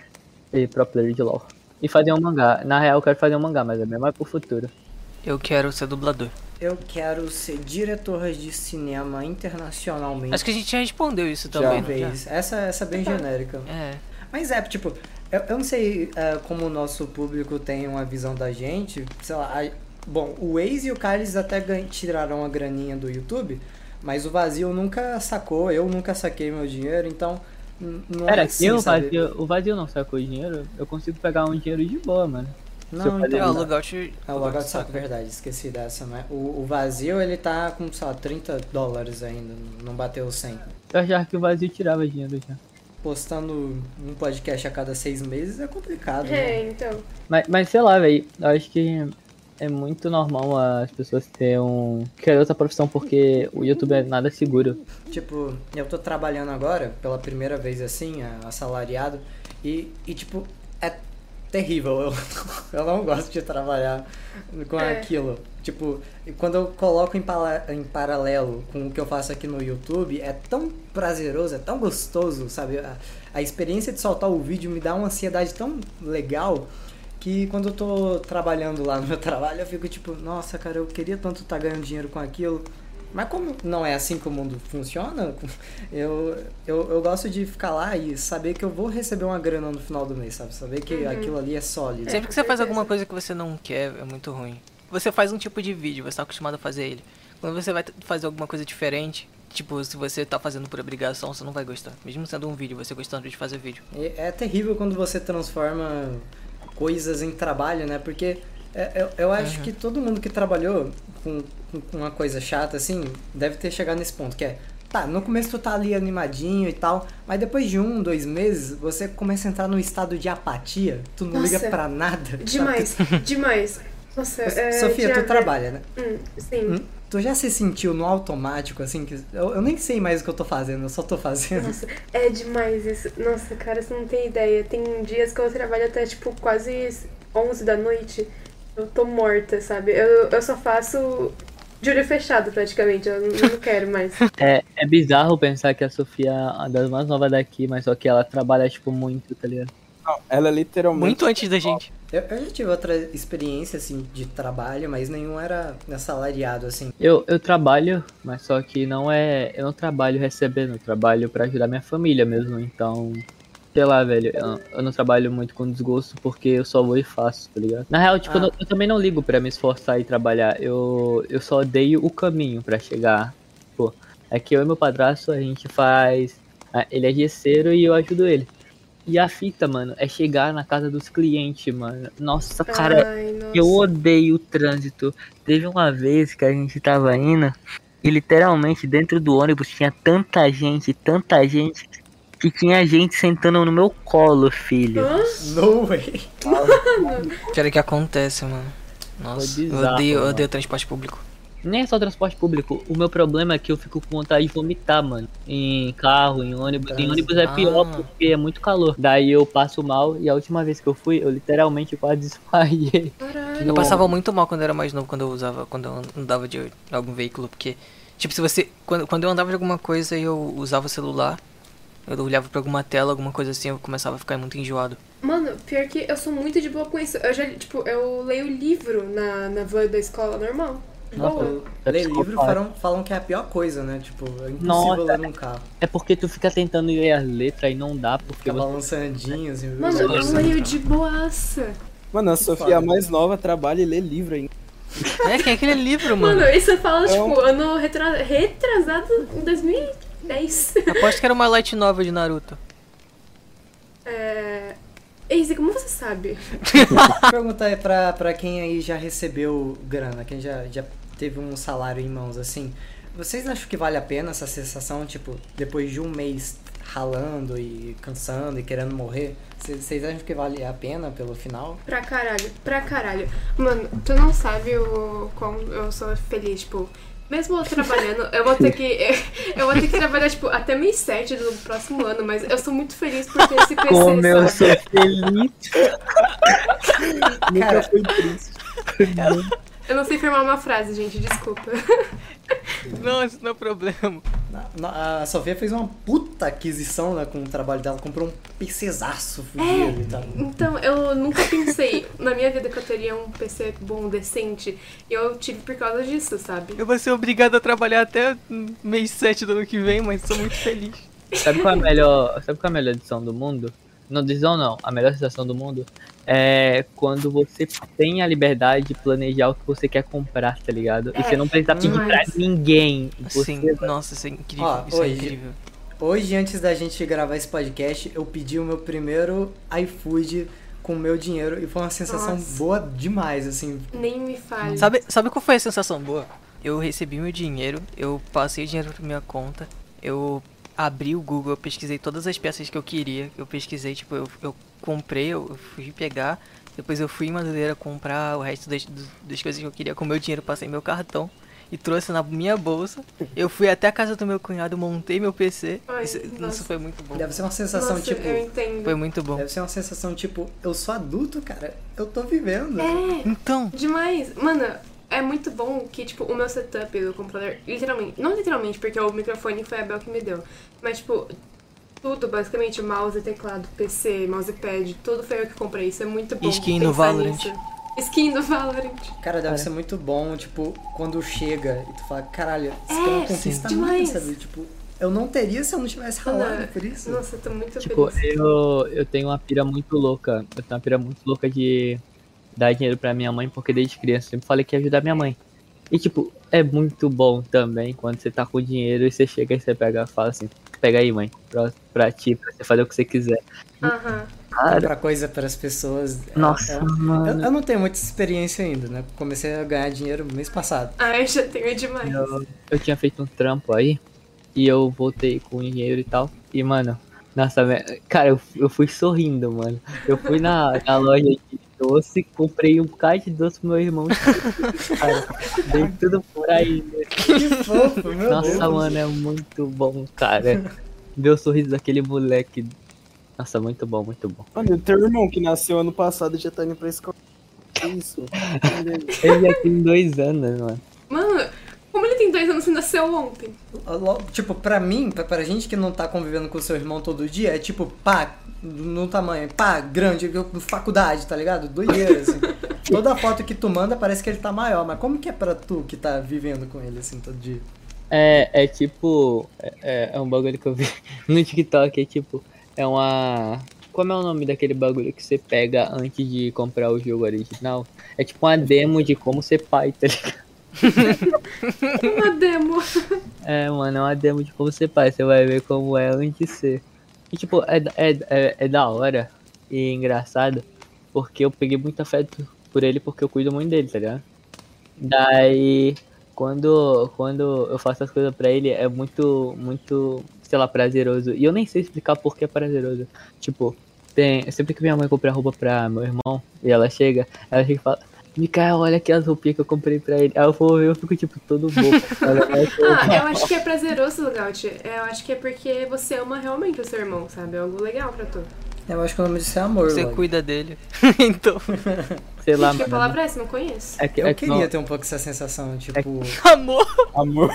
S5: e pro player de LoL. E fazer um mangá. Na real, eu quero fazer um mangá, mas é mesmo mais pro futuro.
S4: Eu quero ser dublador.
S1: Eu quero ser diretora de cinema internacionalmente.
S4: Acho que a gente já respondeu isso também, não Hum. já?
S1: Talvez. Essa, essa é bem genérica.
S4: É.
S1: Mas é, tipo, eu, eu não sei é, como o nosso público tem uma visão da gente. Sei lá, a- bom, o Waze e o Carlos até gan- tiraram a graninha do YouTube, mas o Vazio nunca sacou, eu nunca saquei meu dinheiro, então n- não é
S5: Cara,
S1: assim,
S5: eu, o
S1: sabe?
S5: vazio, o vazio não sacou dinheiro, eu consigo pegar um dinheiro um de boa, mano.
S1: Não,
S5: fazer
S4: É, o
S1: então.
S4: logout.
S1: É o logout saco, verdade, esqueci dessa, né? O, o vazio ele tá com, sei lá, 30 dólares ainda, não bateu os 100.
S5: Eu achava que o vazio tirava dinheiro já.
S1: Postando um podcast a cada seis meses é complicado, né?
S2: É, então.
S5: Mas, mas sei lá, velho. Eu acho que é muito normal as pessoas terem um. Querer outra profissão porque o YouTube é nada seguro.
S1: Tipo, eu tô trabalhando agora, pela primeira vez assim, a- assalariado, e, e tipo, é terrível. Eu, eu não gosto de trabalhar com
S2: É.
S1: aquilo. Tipo, e quando eu coloco em, pala- em paralelo com o que eu faço aqui no YouTube, é tão prazeroso, é tão gostoso, sabe? A, a experiência de soltar o vídeo me dá uma ansiedade tão legal que quando eu tô trabalhando lá no meu trabalho, eu fico tipo, nossa, cara, eu queria tanto estar ganhando dinheiro com aquilo. Mas como não é assim que o mundo funciona, eu, eu, eu gosto de ficar lá e saber que eu vou receber uma grana no final do mês, sabe? Saber que aquilo ali é sólido.
S4: Sempre que você faz alguma coisa que você não quer, é muito ruim. Você faz um tipo de vídeo, você tá acostumado a fazer ele. Quando você vai t- fazer alguma coisa diferente, tipo, se você tá fazendo por obrigação, você não vai gostar. Mesmo sendo um vídeo, você gostando de fazer vídeo.
S1: E É terrível quando você transforma coisas em trabalho, né? Porque é- eu, eu acho que todo mundo que trabalhou com, com uma coisa chata, assim, deve ter chegado nesse ponto, que é, tá, no começo tu tá ali animadinho e tal, mas depois de um, dois meses, você começa a entrar num estado de apatia, tu não liga
S2: Nossa.
S1: pra nada.
S2: Demais, demais. Nossa,
S1: sabe?
S2: é,
S1: Sofia, tu
S2: Thiago,
S1: trabalha, né?
S2: Hum, sim.
S1: Hum? Tu já se sentiu no automático, assim, que eu, eu nem sei mais o que eu tô fazendo, eu só tô fazendo.
S2: Nossa, é demais isso. Nossa, cara, você não tem ideia. Tem dias que eu trabalho até, tipo, quase 11 da noite. Eu tô morta, sabe? Eu, eu só faço de olho fechado, praticamente. Eu não, não quero mais.
S5: É, é bizarro pensar que a Sofia é a das mais novas daqui, mas só que ela trabalha, tipo, muito, tá ligado?
S6: Não, ela é literalmente.
S4: Muito antes da gente.
S1: Eu, eu já tive outra experiência, assim, de trabalho, mas nenhum era assalariado, assim.
S5: Eu, eu trabalho, mas só que não é. Eu não trabalho recebendo, eu trabalho pra ajudar minha família mesmo, então. Sei lá, velho, eu, eu não trabalho muito com desgosto porque eu só vou e faço, tá ligado? Na real, tipo,
S1: Ah.
S5: eu, não- eu também não ligo pra me esforçar e trabalhar. Eu, eu só odeio o caminho pra chegar. Tipo, é que eu e meu padrasto, a gente faz. ah, Ele é gesseiro e eu ajudo ele. E a fita, mano, é chegar na casa dos clientes, mano. Nossa, cara,
S2: Ai, nossa.
S5: eu odeio o trânsito. Teve uma vez que a gente tava indo e literalmente dentro do ônibus tinha tanta gente, tanta gente, que tinha gente sentando no meu colo, filho.
S2: Hã?
S1: No way!
S4: Pior é que acontece, mano. Nossa,
S5: Foi
S4: eu
S5: bizarro,
S4: odeio, eu
S5: mano.
S4: odeio transporte público.
S5: Nem é só transporte público. O meu problema é que eu fico com vontade de vomitar, mano. Em carro, em ônibus. Em ônibus é pior
S4: Ah.
S5: porque é muito calor. Daí eu passo mal e a última vez que eu fui, eu literalmente quase desmaiei.
S2: Caralho.
S4: Eu passava muito mal quando eu era mais novo, quando eu usava, quando eu andava de algum veículo, porque tipo, se você quando, quando eu andava de alguma coisa e eu usava o celular, eu olhava pra alguma tela, alguma coisa assim, eu começava a ficar muito enjoado.
S2: Mano, pior que eu sou muito de boa com isso. Eu já, tipo, eu leio livro na, na van da escola normal. De Boa.
S5: é
S1: Tipo, Ler livro
S5: psicopata.
S1: falam, falam que é a pior coisa, né? Tipo, é impossível
S5: Nossa.
S1: ler num carro.
S5: É porque tu fica tentando ler as letras e não dá, porque
S1: Fica
S5: você
S1: balançandinho, assim.
S2: Mano, eu
S4: Nossa.
S2: leio de boaça.
S6: Mano, a
S1: foda.
S6: Sofia a mais nova trabalha e lê livro ainda.
S4: É que é aquele livro, mano.
S2: Mano, isso eu falo,
S6: É um-
S2: tipo, ano retra- retrasado em 2010.
S4: Aposto que era uma light novel de Naruto.
S2: É. Eise, como você sabe?
S1: A pergunta é pra, pra quem aí já recebeu grana, quem já, já teve um salário em mãos, assim. Vocês acham que vale a pena essa sensação, tipo, depois de um mês ralando e cansando e querendo morrer? Vocês vocês acham que vale a pena pelo final?
S2: Pra caralho, pra caralho. Mano, tu não sabe o como eu sou feliz, tipo. Mesmo eu trabalhando, eu vou ter que. Eu vou ter que trabalhar, tipo, até mês 7 do próximo ano, mas eu sou muito feliz por ter esse PC.
S5: Como eu
S2: sabe?
S5: sou é feliz.
S1: Cara,
S2: Eu não sei formar uma frase, gente, desculpa.
S4: Não, isso não é problema.
S1: Na- na- A Sofia fez uma puta aquisição né, com o trabalho dela, comprou um PCzaço
S2: É.
S1: fudido e tal.
S2: Então, eu nunca pensei na minha vida que eu teria um PC bom, decente. E eu tive por causa disso, sabe?
S4: Eu vou ser obrigado a trabalhar até mês 7 do ano que vem, mas sou muito feliz.
S5: Sabe qual é a melhor, sabe qual é a melhor edição do mundo? Não, edição não, a melhor sensação do mundo é quando você tem a liberdade de planejar o que você quer comprar, tá ligado? E
S2: É,
S5: você não precisa pedir pra
S2: demais.
S5: ninguém. Você
S4: Sim, nossa, isso é incrível.
S1: Ó,
S4: isso é
S1: hoje-
S4: incrível.
S1: Hoje, antes da gente gravar esse podcast, eu pedi o meu primeiro iFood com o meu dinheiro e foi uma sensação
S2: Nossa.
S1: boa demais, assim.
S2: Nem me fale.
S4: Sabe, sabe qual foi a sensação boa? Eu recebi meu dinheiro, eu passei o dinheiro pra minha conta, eu abri o Google, eu pesquisei todas as peças que eu queria, eu pesquisei, tipo, eu, eu comprei, eu, eu fui pegar, depois eu fui em Madureira comprar o resto das, do- das coisas que eu queria com meu dinheiro, passei meu cartão e trouxe na minha bolsa. Eu fui até a casa do meu cunhado, montei meu PC.
S2: Ai,
S4: isso,
S2: nossa.
S4: isso foi muito bom.
S1: Deve ser uma sensação,
S2: Nossa,
S1: tipo.
S2: eu entendo.
S4: Foi muito bom.
S1: Deve ser uma sensação, tipo, eu sou adulto, cara. Eu tô vivendo.
S2: É,
S4: Então,
S2: demais. Mano, é muito bom que, tipo, o meu setup do computador, literalmente, não literalmente, porque o microfone foi a Bel que me deu, mas, tipo, tudo, basicamente, mouse, teclado, PC, mousepad, tudo foi eu que comprei. Isso é muito bom.
S4: Skin no
S2: pensar
S4: Valorant.
S2: nisso. Skin do Valorant.
S1: Cara, deve
S4: Cara.
S1: ser muito bom, tipo, quando chega e tu fala, caralho, esse
S2: É,
S1: cara conquista
S2: sim.
S1: muito,
S2: Demais.
S1: sabe? Tipo, eu não teria se eu não tivesse ralado por isso.
S2: Nossa, eu tô muito
S5: Tipo,
S2: feliz.
S5: eu, eu tenho uma pira muito louca. Eu tenho uma pira muito louca de dar dinheiro pra minha mãe, porque desde criança eu sempre falei que ia ajudar minha mãe. E tipo, é muito bom também quando você tá com dinheiro e você chega e você pega fala assim, pega aí mãe, pra, pra ti, pra você fazer o que você quiser.
S2: Aham.
S5: Cara,
S1: Comprar coisa para as pessoas. é-
S5: nossa,
S1: é- eu,
S5: mano.
S1: eu não tenho muita experiência ainda, né? Comecei a ganhar dinheiro mês passado.
S2: Ah, eu já tenho demais.
S5: Eu, eu tinha feito um trampo aí e eu voltei com o dinheiro e tal. E mano, nossa, me- cara, eu, eu fui sorrindo, mano. Eu fui na, na loja de doce, comprei um caixa de doce pro meu irmão. Cara, dei tudo por aí.
S1: Que fofo, meu Deus.
S5: Nossa, mano, é muito bom, cara. Ver o sorriso daquele moleque. Nossa, muito bom, muito bom.
S6: Olha, o teu irmão que nasceu ano passado já tá indo pra escola. Que Isso. Entendeu?
S5: Ele já tem dois anos, mano.
S2: Mano, como ele tem dois anos e nasceu ontem?
S1: Logo, Tipo, pra mim, pra, pra gente que não tá convivendo com seu irmão todo dia, é tipo, pá, no tamanho, pá, grande, eu- faculdade, tá ligado? Doideira, assim. Toda foto que tu manda parece que ele tá maior, mas como que é pra tu que tá vivendo com ele, assim, todo dia?
S5: É, é tipo. É, é um bagulho que eu vi no TikTok. É tipo. É uma. Como é o nome daquele bagulho que você pega antes de comprar o jogo original? É tipo uma demo de como ser pai, tá ligado?
S2: Uma demo.
S5: É, mano, é uma demo de como ser pai. Você vai ver como é antes de ser. E, tipo, é, da- é, é, é da hora e engraçado, porque eu peguei muito afeto por ele, porque eu cuido muito dele, tá ligado? Daí, quando, quando eu faço as coisas pra ele, é muito, muito, sei lá, prazeroso. E eu nem sei explicar por que é prazeroso. Tipo, tem, sempre que minha mãe compra roupa pra meu irmão, e ela chega, ela chega e fala... Micael, olha aqui as roupinhas que eu comprei pra ele. Aí eu vou ver, eu fico tipo todo bobo. Ela vai
S2: Ah, eu acho que é prazeroso, Gaut. Eu acho que é porque você ama realmente o seu irmão, sabe? É algo legal pra tu.
S1: Eu acho que o nome disso é amor,
S4: você
S1: mano.
S4: cuida dele. então,
S5: Sei lá,
S2: Gente, que
S5: mano.
S2: palavra é essa? Não conheço.
S5: É que,
S1: Eu
S5: é que não- É
S1: queria ter um pouco essa sensação, tipo.
S4: amor.
S6: Amor.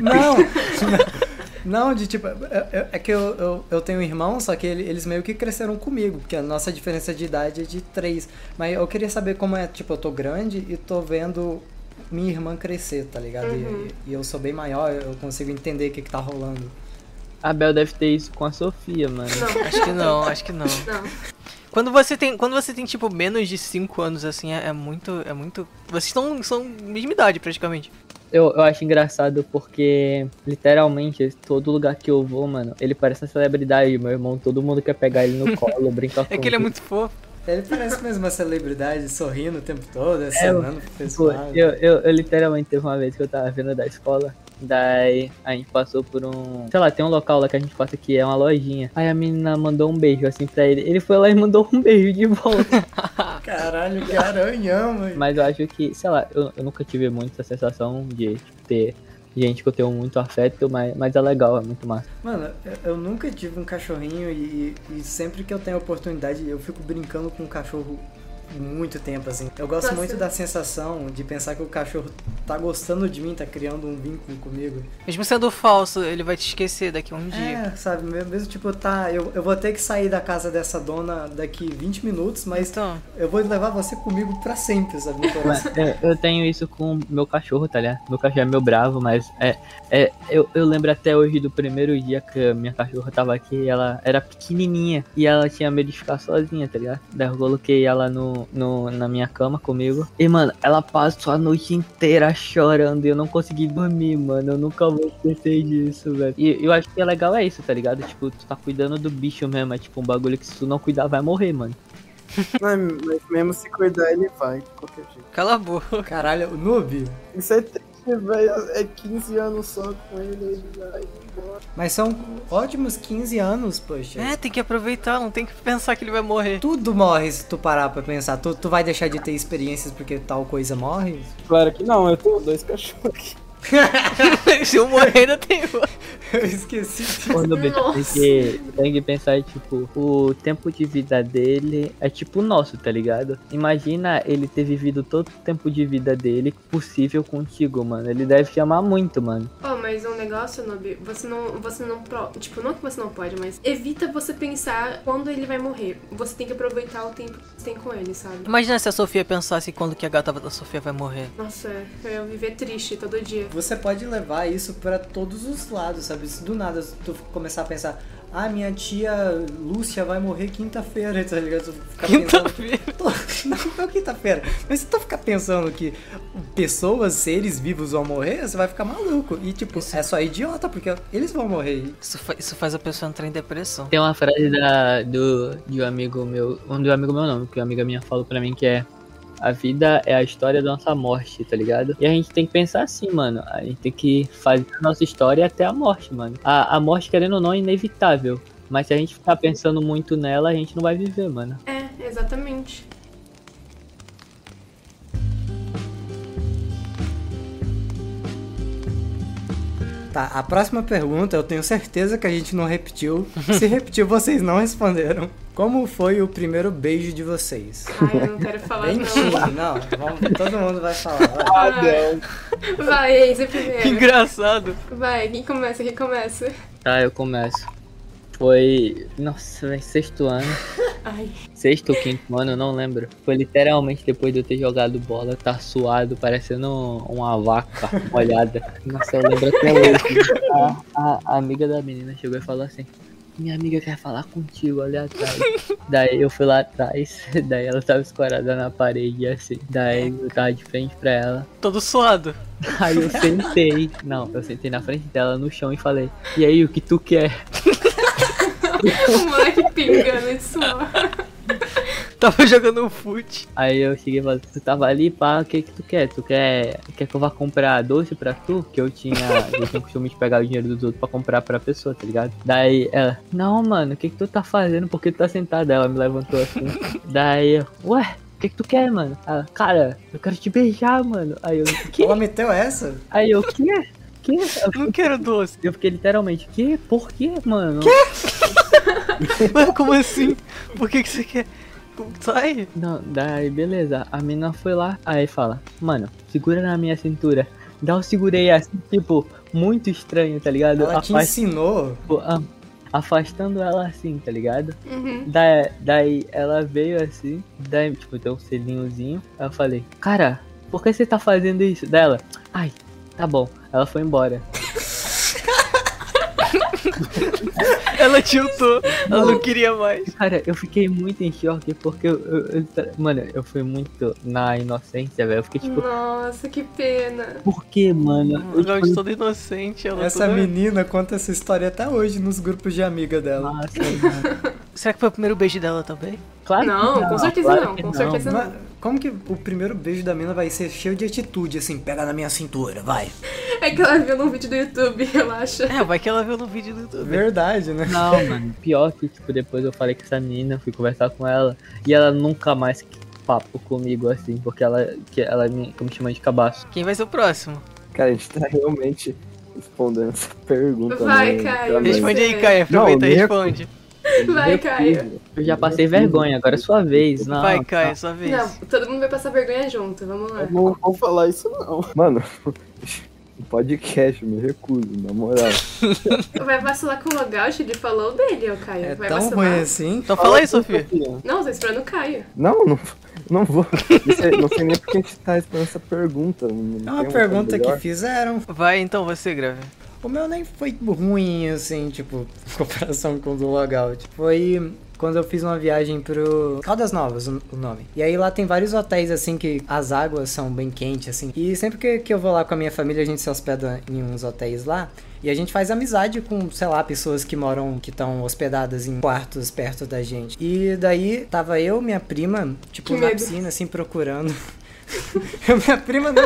S1: Não! Não, de tipo, é- é é que eu, eu, eu tenho um irmão, só que ele- eles meio que cresceram comigo, porque a nossa diferença de idade é de três. Mas eu queria saber como é, tipo, eu tô grande e tô vendo minha irmã crescer, tá ligado? E-
S2: Uhum.
S1: E, e eu sou bem maior, eu consigo entender o que, que tá rolando.
S5: A Bel deve ter isso com a Sofia, mano.
S2: Não,
S4: Acho que não, acho que não.
S2: não.
S4: Quando você tem, quando você tem tipo menos de 5 anos assim, é, é muito, é muito. Vocês estão são mesma idade praticamente.
S5: Eu, eu acho engraçado porque, literalmente, todo lugar que eu vou, mano, ele parece uma celebridade, meu irmão. Todo mundo quer pegar ele no colo, brincar com
S4: É que ele é muito fofo.
S1: Ele parece mesmo uma celebridade, sorrindo o tempo todo, acenando pro
S5: Pô,
S1: pessoal.
S5: É, Tipo, eu, eu, eu literalmente teve uma vez que eu tava vindo da escola, daí a gente passou por um. Sei lá, tem um local lá que a gente passa que é uma lojinha. Aí a menina mandou um beijo assim pra ele. Ele foi lá e mandou um beijo de volta.
S1: Caralho, que aranhão, mano.
S5: Mas eu acho que, sei lá, eu, eu nunca tive muito essa sensação de tipo, ter gente que eu tenho muito afeto, mas, mas é legal, é muito massa.
S1: Mano, eu- eu nunca tive um cachorrinho e, e sempre que eu tenho oportunidade eu fico brincando com o cachorro muito tempo, assim. Eu gosto
S2: Nossa.
S1: muito da sensação de pensar que o cachorro tá gostando de mim, tá criando um vínculo comigo.
S4: Mesmo sendo falso, ele vai te esquecer daqui a um dia.
S1: É, sabe? me- Mesmo tipo, tá, eu, eu vou ter que sair da casa dessa dona daqui 20 minutos, mas tá,
S4: Então,
S1: eu vou levar você comigo pra sempre, sabe? No
S5: Mas
S1: coração.
S5: eu, eu tenho isso com o meu cachorro, tá ligado? Meu cachorro é meu bravo, mas é. é eu, eu lembro até hoje do primeiro dia que a minha cachorra tava aqui, ela era pequenininha e ela tinha medo de ficar sozinha, tá ligado? Daí eu coloquei ela no, no, no- na minha cama comigo. E, mano, ela passou a noite inteira chorando e eu não consegui dormir, mano. Eu nunca vou esquecer disso, velho. E eu acho que é legal é isso, tá ligado? Tipo, tu tá cuidando do bicho mesmo. É tipo um bagulho que se tu não cuidar, vai morrer, mano.
S6: Mas, mas mesmo se cuidar, ele vai, de qualquer jeito.
S4: Cala a boca.
S1: Caralho, o noob.
S6: Isso é triste, velho. É 15 anos só com ele, ele vai embora.
S1: Mas são ótimos 15 anos, poxa.
S4: É, tem que aproveitar, não tem que pensar que ele vai morrer.
S1: Tudo morre se tu parar pra pensar. Tu, tu vai deixar de ter experiências porque tal coisa morre?
S6: Claro que não, eu tenho dois cachorros aqui.
S4: Se eu morrer, ainda tem outro.
S1: Eu esqueci.
S5: Quando bem, porque tem que pensar, tipo, o tempo de vida dele é tipo o nosso, tá ligado? Imagina ele ter vivido todo o tempo de vida dele possível contigo, mano. Ele deve te amar muito, mano.
S2: Ó, mas um negócio, Nob, você não. Você não. pro- Tipo, não que você não pode, mas evita você pensar quando ele vai morrer. Você tem que aproveitar o tempo que você tem com ele, sabe?
S4: Imagina se a Sofia pensasse quando que a gata da Sofia vai morrer.
S2: Nossa, é, eu viver triste todo dia.
S1: Você pode levar isso pra todos os lados, sabe? Se do nada tu começar a pensar, ah, minha tia Lúcia vai morrer quinta-feira, tá ligado? Tu ficar pensando. Não, não é quinta-feira. Mas se tu ficar pensando que pessoas, seres vivos vão morrer, você vai ficar maluco. E tipo, é só idiota, porque eles vão morrer.
S4: Isso, fa- isso faz a pessoa entrar em depressão.
S1: Tá
S5: Tem uma frase da, do, de um amigo meu, um do amigo meu não, que uma amiga minha falou pra mim que é a vida é a história da nossa morte, tá ligado? E a gente tem que pensar assim, mano. A gente tem que fazer a nossa história até a morte, mano. A, a morte, querendo ou não, é inevitável. Mas se a gente ficar pensando muito nela, a gente não vai viver, mano.
S2: É, exatamente.
S1: Tá, a próxima pergunta eu tenho certeza que a gente não repetiu. Se repetiu, vocês não responderam. Como foi o primeiro beijo de vocês?
S2: Ai, eu não quero falar,
S1: Bem
S2: não.
S1: chique, não. Vamos, todo mundo vai falar. vai.
S2: Ah, Vai, Eise, primeiro.
S4: Engraçado.
S2: Vai, quem começa? Quem começa?
S5: Tá, eu começo. Foi. Nossa, velho, sexto ano.
S2: Ai.
S5: Sexto ou quinto ano, eu não lembro. Foi literalmente depois de eu ter jogado bola, tá suado, parecendo um- uma vaca molhada. Nossa, eu lembro até hoje. A, a- a amiga da menina chegou e falou assim: Minha amiga quer falar contigo, olha atrás. daí eu fui lá atrás, daí ela tava escorada na parede, assim. Daí eu tava de frente pra ela.
S4: Todo suado.
S5: Aí eu sentei. Não, eu sentei na frente dela no chão e falei: E aí, o que tu quer?
S2: O moleque pingando de suor.
S4: Tava jogando um fute.
S5: Aí eu cheguei e falei, tu tava ali, pá, o que que tu quer? Tu quer, quer que eu vá comprar doce pra tu? Que eu tinha, eu tinha o costume de pegar o dinheiro dos outros pra comprar pra pessoa, tá ligado? Daí ela, não, mano, o que que tu tá fazendo? Por que tu tá sentada? Ela me levantou assim. Daí eu, ué, o que que tu quer, mano? Ela, cara, eu quero te beijar, mano. Aí eu, que?
S1: Ela meteu essa?
S5: Aí eu, que? Que?
S4: Não quero doce.
S5: Eu fiquei literalmente, que? Por que, mano?
S4: Mas como assim? Por que, que você quer? Sai.
S5: Não, daí beleza. A mina foi lá, aí fala, mano, segura na minha cintura. Dá um segurei assim, tipo, muito estranho, tá ligado?
S1: Ela te
S5: Afas-
S1: ensinou.
S5: tipo, a- afastando ela assim, tá ligado?
S2: Uhum.
S5: Daí, daí ela veio assim, daí, tipo, tem um selinhozinho. Aí eu falei, cara, por que você tá fazendo isso? Dela, ai, tá bom. Ela foi embora.
S4: Ela tiltou. Ela não queria mais.
S5: Cara, eu fiquei muito em choque porque eu, eu- eu- mano, eu fui muito na inocência, velho. Eu fiquei tipo,
S2: Nossa, que pena.
S5: por que, mano? Eu,
S4: Ela
S5: tipo,
S4: de toda inocente. Ela tá
S1: Essa
S4: toda...
S1: menina conta essa história até hoje nos grupos de amiga dela.
S5: Nossa, mano.
S4: Será que foi o primeiro beijo dela também?
S5: Claro
S2: Não,
S5: que
S2: com certeza
S5: claro
S2: não,
S5: que
S2: com certeza não.
S1: Mas como que o primeiro beijo da mina vai ser cheio de atitude, assim, pega na minha cintura, vai.
S2: É que ela viu num vídeo do YouTube, relaxa.
S4: É, vai que ela viu no vídeo do YouTube.
S1: Verdade, né?
S5: Não, mano. Pior que, tipo, depois eu falei com essa menina, fui conversar com ela, e ela nunca mais quis papo comigo, assim, porque ela, que ela me, me chama de cabaço.
S4: Quem vai ser o próximo?
S3: Cara, a gente tá realmente respondendo essa pergunta.
S2: Vai,
S3: né?
S2: Caio.
S3: Tá
S2: Responde.
S3: bem.
S4: Responde aí, Caio.
S3: Não,
S4: Aproveita e
S3: nem-
S4: responde.
S2: Vai, Caio.
S5: Eu já passei vergonha, agora é sua vez. Não, tá.
S4: Vai, Caio, sua vez.
S2: Não, todo mundo vai passar vergonha junto, vamos lá.
S6: Eu não vou falar isso, não.
S3: Mano, um podcast, me recuso, na moral.
S2: Vai vacilar com o logout, ele falou dele, ô Caio.
S1: É
S2: vai
S1: tão
S2: vacilar.
S1: ruim assim.
S4: Então fala aí, Sofia.
S2: Não, tô esperando o Caio.
S3: Não, não, não vou. Não sei, não sei nem
S1: um
S3: porque a gente tá respondendo essa pergunta.
S1: É uma pergunta que fizeram.
S4: Vai então, você, Grave.
S1: O meu nem foi ruim, assim, tipo, em comparação com o do Logout. Foi quando eu fiz uma viagem pro Caldas Novas, o o nome. E aí lá tem vários hotéis, assim, que as águas são bem quentes, assim. E sempre que, que eu vou lá com a minha família, a gente se hospeda em uns hotéis lá. E a gente faz amizade com, sei lá, pessoas que moram, que estão hospedadas em quartos perto da gente. E daí tava eu, minha prima, tipo,
S2: Que
S1: na
S2: medo.
S1: piscina, assim, procurando. Eu, minha prima não.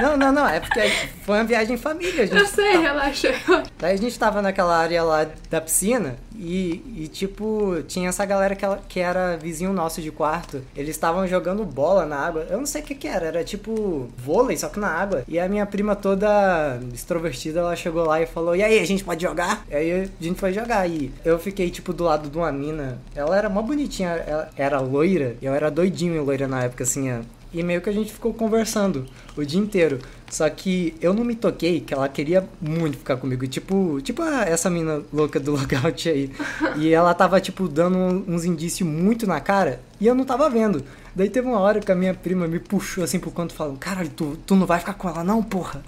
S1: Não, não, não. É porque foi uma viagem em família, a gente
S2: Eu sei, relaxa.
S1: Daí a gente tava naquela área lá da piscina e, e, tipo, tinha essa galera que, ela- que era vizinho nosso de quarto. Eles estavam jogando bola na água. Eu não sei o que que era, era tipo vôlei, só que na água. E a minha prima toda extrovertida, ela chegou lá e falou: E aí, a gente pode jogar? E aí a gente foi jogar. E eu fiquei, tipo, do lado de uma mina. Ela era mó bonitinha, ela era loira. e Eu era doidinho em loira na época, assim, é. E meio que a gente ficou conversando o dia inteiro. Só que eu não me toquei que ela queria muito ficar comigo. Tipo, tipo a- essa mina louca do logout aí. E ela tava, tipo, dando um- uns indícios muito na cara e eu não tava vendo. Daí teve uma hora que a minha prima me puxou assim pro canto falando, caralho, tu, tu não vai ficar com ela não, porra.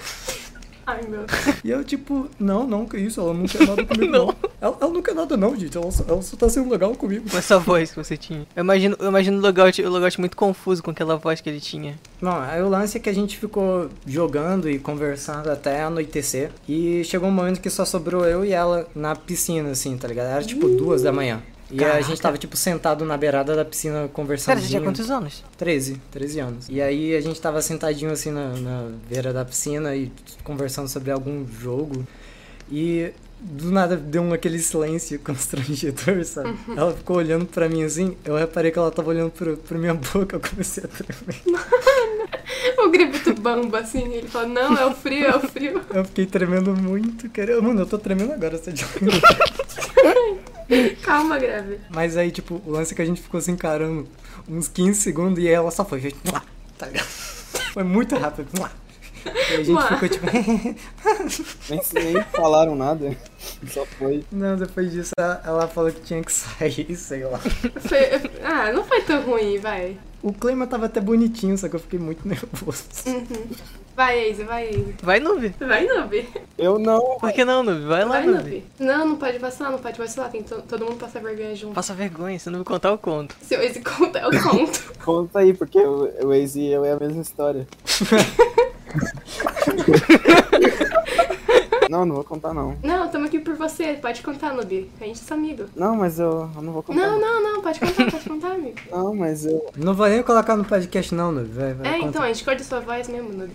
S2: Ai, meu.
S1: E eu, tipo, não, não, que isso, ela não quer nada comigo. não. Ela, ela não quer nada não, gente. Ela só, ela só tá sendo legal comigo.
S4: Com essa voz que você tinha. Eu imagino, eu imagino o Logout, o Logout muito confuso com aquela voz que ele tinha.
S1: Bom, aí o lance é que a gente ficou jogando e conversando até anoitecer. E chegou um momento que só sobrou eu e ela na piscina, assim, tá ligado? Era tipo duas da manhã. E a gente
S4: Caraca.
S1: tava, tipo, sentado na beirada da piscina conversando.
S4: Cara, você tinha quantos anos?
S1: 13, 13 anos. E aí a gente tava sentadinho assim na, na beira da piscina e conversando sobre algum jogo. E do nada deu um aquele silêncio constrangedor, sabe? Ela ficou olhando pra mim assim, eu reparei que ela tava olhando pro, pro minha boca, eu comecei a tremer.
S2: O gripito bamba, assim. Ele fala, não, é o frio, é o frio.
S1: Eu fiquei tremendo muito, cara. Mano, eu tô tremendo agora, você já...
S2: Calma, grave.
S1: Mas aí, tipo, o lance é que a gente ficou se encarando uns 15 segundos e ela só foi. Tá ligado? Foi muito rápido. E a gente
S2: Uá.
S1: ficou tipo.
S6: Nem, nem falaram nada. Só foi.
S1: Não, depois disso ela ela falou que tinha que sair, sei lá.
S2: Foi- Ah, não foi tão ruim, vai.
S1: O clima tava até bonitinho, só que eu fiquei muito nervoso.
S2: Vai, Eise, vai, Eise.
S4: Vai, Noob.
S2: Vai, Noob.
S6: Eu não.
S4: Por que não, Noob? Vai lá,
S2: Vai,
S4: Noob.
S2: Noob. Não, não pode vacilar, não pode vacilar. Tem to- todo mundo passa vergonha junto.
S4: Passa vergonha, se não me contar, eu conto.
S2: Se eu Eise conta, eu conto.
S6: Conta aí, porque o, o Waze e eu é a mesma história. não, não vou contar não.
S2: Não, estamos aqui por você. Pode contar, Noob. A gente é seu amigo.
S6: Não, mas eu, eu não vou contar.
S2: Não, não, não. Pode contar, pode contar, amigo.
S6: Não, mas eu.
S1: Não vou nem colocar no podcast, não, Noob. Vai, vai.
S2: É,
S1: conta.
S2: então, a gente corta sua voz mesmo, Noob.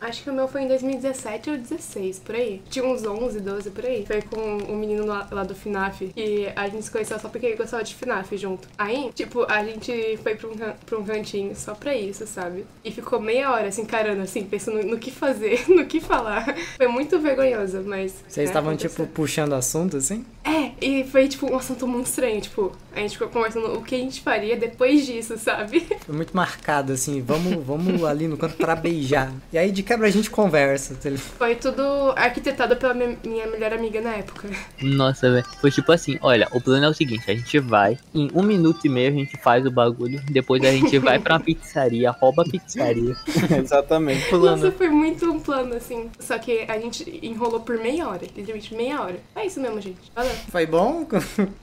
S2: Acho que o meu foi em 2017 ou 16, por aí. Tinha uns 11, 12, por aí. Foi com um menino lá, lá do FNAF, que a gente se conheceu só porque ele gostava de FNAF junto. Aí, tipo, a gente foi pra um, can- pra um cantinho só pra isso, sabe? E ficou meia hora se encarando, assim, pensando no que fazer, no que falar. Foi muito vergonhosa, mas... né,
S1: Vocês estavam,
S2: aconteceu.
S1: tipo, puxando assunto, assim?
S2: É, e foi, tipo, um assunto muito estranho, tipo... A gente ficou conversando o que a gente faria depois disso, sabe?
S1: Foi muito marcado, assim. Vamos, vamos ali no canto pra beijar. E aí, de quebra, a gente conversa. tá ligado?
S2: Foi tudo arquitetado pela mi- minha melhor amiga na época.
S5: Um Nossa, velho. Foi tipo assim, olha, o plano é o seguinte, a gente vai, em um minuto e meio a gente faz o bagulho, depois a gente vai pra uma pizzaria, rouba a pizzaria.
S6: Exatamente.
S2: Nossa,
S4: Pulando.
S2: foi muito um plano, assim. Só que a gente enrolou por meia hora, literalmente meia hora. É isso mesmo, gente. Valeu.
S1: Foi bom?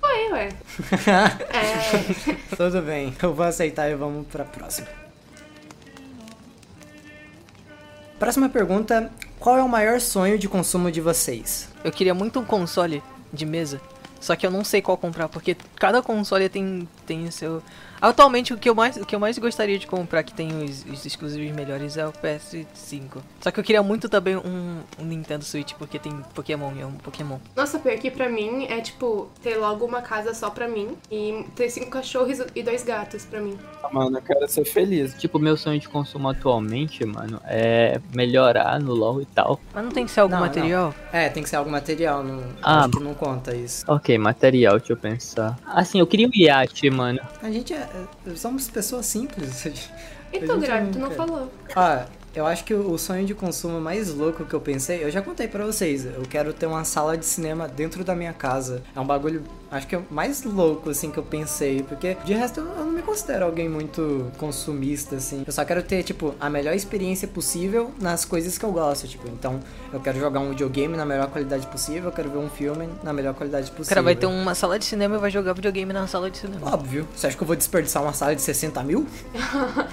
S2: Foi, ué. É,
S1: Tudo bem. Eu vou aceitar e vamos pra próxima. Próxima pergunta. Qual é o maior sonho de consumo de vocês?
S4: Eu queria muito um console de mesa. Só que eu não sei qual comprar, porque cada console tem, tem o seu. Atualmente o que, eu mais, o que eu mais gostaria de comprar que tem os, os exclusivos melhores é o PS5. Só que eu queria muito também um, um Nintendo Switch, porque tem Pokémon, eu amo Pokémon.
S2: nossa, pior que pra mim é tipo ter logo uma casa só pra mim e ter cinco cachorros e dois gatos pra mim.
S6: Ah, Mano, eu quero ser feliz.
S5: Tipo, meu sonho de consumo atualmente, mano, é melhorar no LoL e tal.
S4: Mas não tem que ser algum
S1: Não, não.
S4: material?
S1: É, tem que ser algo material, não,
S5: Ah.
S1: acho que não conta isso.
S5: Ok, material, deixa eu pensar. Assim, eu queria um iate, mano.
S1: A gente é, é- somos pessoas simples.
S2: E tu,
S1: Mas
S2: grávida,
S1: então,
S2: tu
S1: cara.
S2: não falou.
S1: Ah, Eu acho que o sonho de consumo mais louco que eu pensei, eu já contei pra vocês. Eu quero ter uma sala de cinema dentro da minha casa. É um bagulho, acho que é o mais louco, assim, que eu pensei. Porque de resto eu eu não me considero alguém muito consumista, assim. Eu só quero ter, tipo, a melhor experiência possível nas coisas que eu gosto, tipo. Então, eu quero jogar um videogame na melhor qualidade possível, eu quero ver um filme na melhor qualidade
S4: O
S1: possível.
S4: cara vai ter um uma sala de cinema e vai jogar videogame na sala de cinema.
S1: Óbvio. Você acha que eu vou desperdiçar uma sala de 60 mil?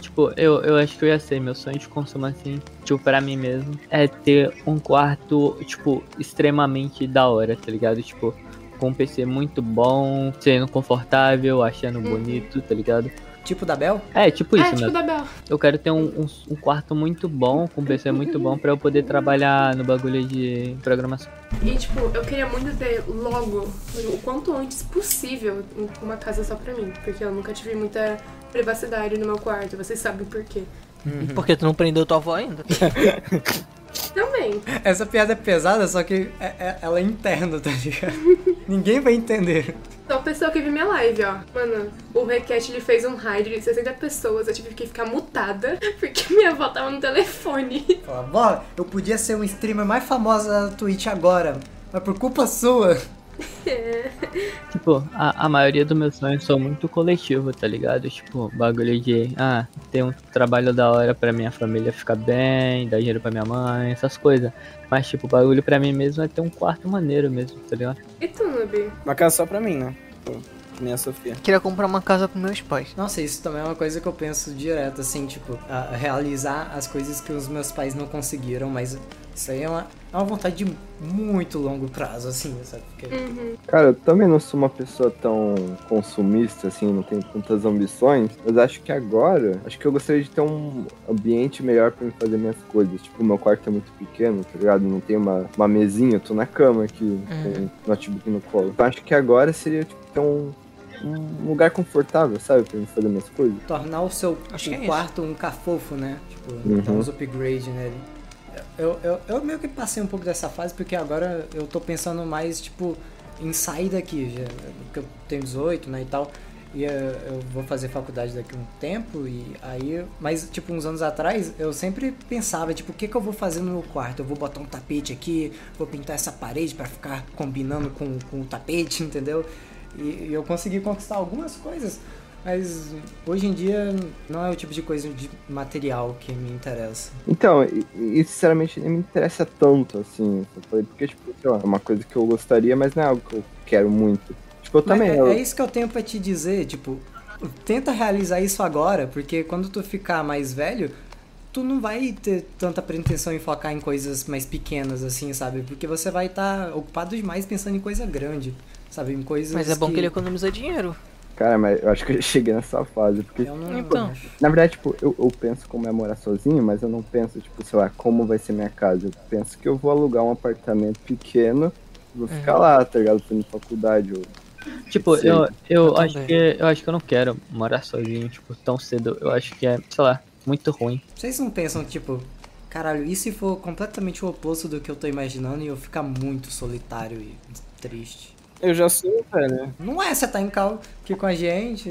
S5: Tipo, eu, eu acho que eu ia ser, meu sonho de consumo assim, tipo, pra mim mesmo, é ter um quarto, tipo, extremamente da hora, tá ligado? Tipo, com um PC muito bom, sendo confortável, achando bonito, tá ligado?
S1: Tipo da Bel?
S5: É, tipo isso,
S2: ah, tipo
S5: né?
S2: da Bel.
S5: Eu quero ter um, um, um quarto muito bom, com um PC muito bom, pra eu poder trabalhar no bagulho de programação.
S2: E, tipo, eu queria muito ter logo, o quanto antes possível, um- uma casa só pra mim. Porque eu nunca tive muita privacidade no meu quarto, vocês sabem por quê.
S4: Porque tu não prendeu tua avó ainda.
S2: Também.
S1: Essa piada é pesada, só que é- é- ela é interna, tá ligado? Ninguém vai entender.
S2: Só o pessoal que viu minha live, ó. Mano, o Request ele fez um raid de 60 pessoas, eu tive que ficar mutada, porque minha avó tava no telefone.
S1: Fala, bora, eu podia ser um streamer mais famosa da Twitch agora, mas por culpa sua.
S5: Tipo, a, a maioria dos meus sonhos são muito coletivos, tá ligado? Tipo, bagulho de, ah, ter um trabalho da hora pra minha família ficar bem, dar dinheiro pra minha mãe, essas coisas. Mas, tipo, o bagulho pra mim mesmo é ter um quarto maneiro mesmo, tá ligado?
S2: E tu, Nubi?
S6: Uma casa só pra mim, né? Pô, minha Sofia.
S4: Queria comprar uma casa pros meus pais.
S1: Nossa, isso também é uma coisa que eu penso direto, assim, tipo, a- realizar as coisas que os meus pais não conseguiram, mas isso aí é uma, é uma vontade de muito longo prazo, assim, sabe? Porque-
S3: Cara, eu também não sou uma pessoa tão consumista, assim, não tenho tantas ambições, mas acho que agora, acho que eu gostaria de ter um ambiente melhor pra eu fazer minhas coisas. Tipo, meu quarto é muito pequeno, tá ligado? Não tem uma, uma mesinha, eu tô na cama aqui,
S1: Uhum.
S3: com o notebook no colo. Então acho que agora seria, tipo, ter um, um lugar confortável, sabe, pra eu fazer minhas coisas.
S1: tornar o seu
S4: Acho
S1: o
S4: que é isso.
S1: quarto um cafofo, né? Tipo,
S3: Uhum.
S1: dar uns upgrade nele. Eu, eu, eu meio que passei um pouco dessa fase, porque agora eu tô pensando mais, tipo, em sair daqui, já, porque eu tenho 18, né, e tal. E eh, eu vou fazer faculdade daqui a um tempo, e aí... Mas, tipo, uns anos atrás, eu sempre pensava, tipo, o que que eu vou fazer no meu quarto? Eu vou botar um tapete aqui, vou pintar essa parede pra ficar combinando com, com o tapete, entendeu? E, e eu consegui conquistar algumas coisas, mas hoje em dia não é o tipo de coisa de material que me interessa.
S3: Então, e- e sinceramente nem me interessa tanto, assim. Eu falei, porque, tipo, sei lá, é uma coisa que eu gostaria, mas não é algo que eu quero muito. Tipo, eu
S1: Mas
S3: também.
S1: é,
S3: eu-
S1: é isso que eu tenho pra te dizer, tipo, tenta realizar isso agora, porque quando tu ficar mais velho, tu não vai ter tanta pretensão em focar em coisas mais pequenas, assim, sabe? Porque você vai estar ocupado demais pensando em coisa grande, sabe? Em coisas
S4: Mas é bom que ele economiza dinheiro.
S3: Cara, mas eu acho que eu já cheguei nessa fase, porque
S1: Eu não...
S4: Então.
S3: Na verdade, tipo, eu, eu penso como é morar sozinho, mas eu não penso, tipo, sei lá, como vai ser minha casa. Eu penso que eu vou alugar um apartamento pequeno e
S1: Uhum.
S3: vou ficar lá, tá ligado? Fazendo faculdade. Ou...
S5: Tipo,
S3: Sim.
S5: eu, eu,
S4: Eu
S5: acho
S4: também.
S5: que eu acho que eu não quero morar sozinho, tipo, tão cedo. Eu acho que é, sei lá, muito ruim.
S1: Vocês não pensam, tipo, caralho, e se for completamente o oposto do que eu tô imaginando e eu ficar muito solitário e triste?
S6: Eu já sou, velho.
S1: Não é, você tá em cal aqui com a gente.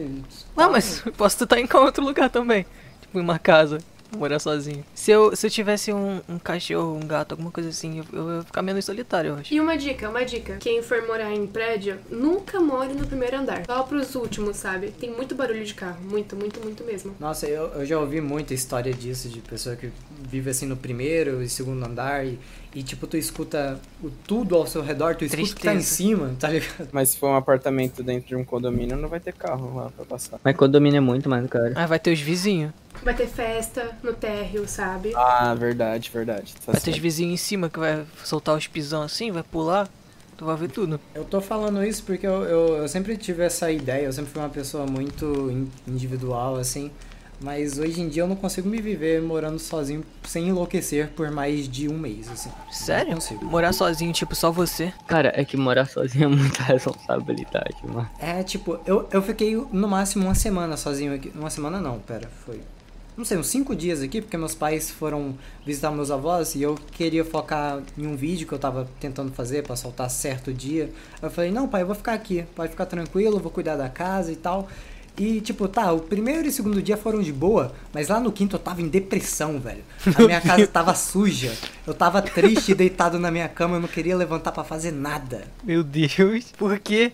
S4: Não, mas posso estar em qualquer outro lugar também. Tipo, em uma casa. Morar sozinho. Se eu, se eu tivesse um, um cachorro, um gato, alguma coisa assim, eu, eu ia ficar menos solitário, eu acho.
S2: E uma dica, uma dica. Quem for morar em prédio, nunca more no primeiro andar. Só pros últimos, sabe? Tem muito barulho de carro. Muito, muito, muito mesmo.
S1: Nossa, eu, eu já ouvi muita história disso, de pessoa que vive assim no primeiro e segundo andar e, e, tipo, tu escuta o, tudo ao seu redor, tu escuta o que tá em
S4: Tristeza.
S1: cima, tá ligado?
S6: Mas se for um apartamento dentro de um condomínio, não vai ter carro lá pra passar.
S5: Mas condomínio é muito mais, cara.
S4: Ah, vai ter os vizinhos.
S2: Vai ter festa no térreo, sabe?
S6: Ah, verdade, verdade. Tá
S4: Vai ter os
S6: certo.
S4: vizinhos em cima que vai soltar os pisão assim, vai pular. Tu vai ver tudo.
S1: Eu tô falando isso porque eu, eu, eu sempre tive essa ideia, eu sempre fui uma pessoa muito in- individual, assim. Mas hoje em dia eu não consigo me viver morando sozinho sem enlouquecer por mais de um mês, assim.
S4: Sério?
S1: Não consigo.
S4: Morar sozinho, tipo, só você.
S5: Cara, é que morar sozinho é muita responsabilidade, mano.
S1: É, tipo, eu, eu fiquei no máximo uma semana sozinho aqui. Uma semana não, pera, foi. Não sei, uns cinco dias aqui, porque meus pais foram visitar meus avós e eu queria focar em um vídeo que eu tava tentando fazer pra soltar certo dia. Eu falei, não, pai, eu vou ficar aqui, pode ficar tranquilo, eu vou cuidar da casa e tal. E E, tipo, tá, o primeiro e o segundo dia foram de boa, mas lá no quinto eu tava em depressão, velho. A minha casa tava suja. Eu tava triste, deitado na minha cama, eu não queria levantar pra fazer nada.
S4: Meu Deus, por quê?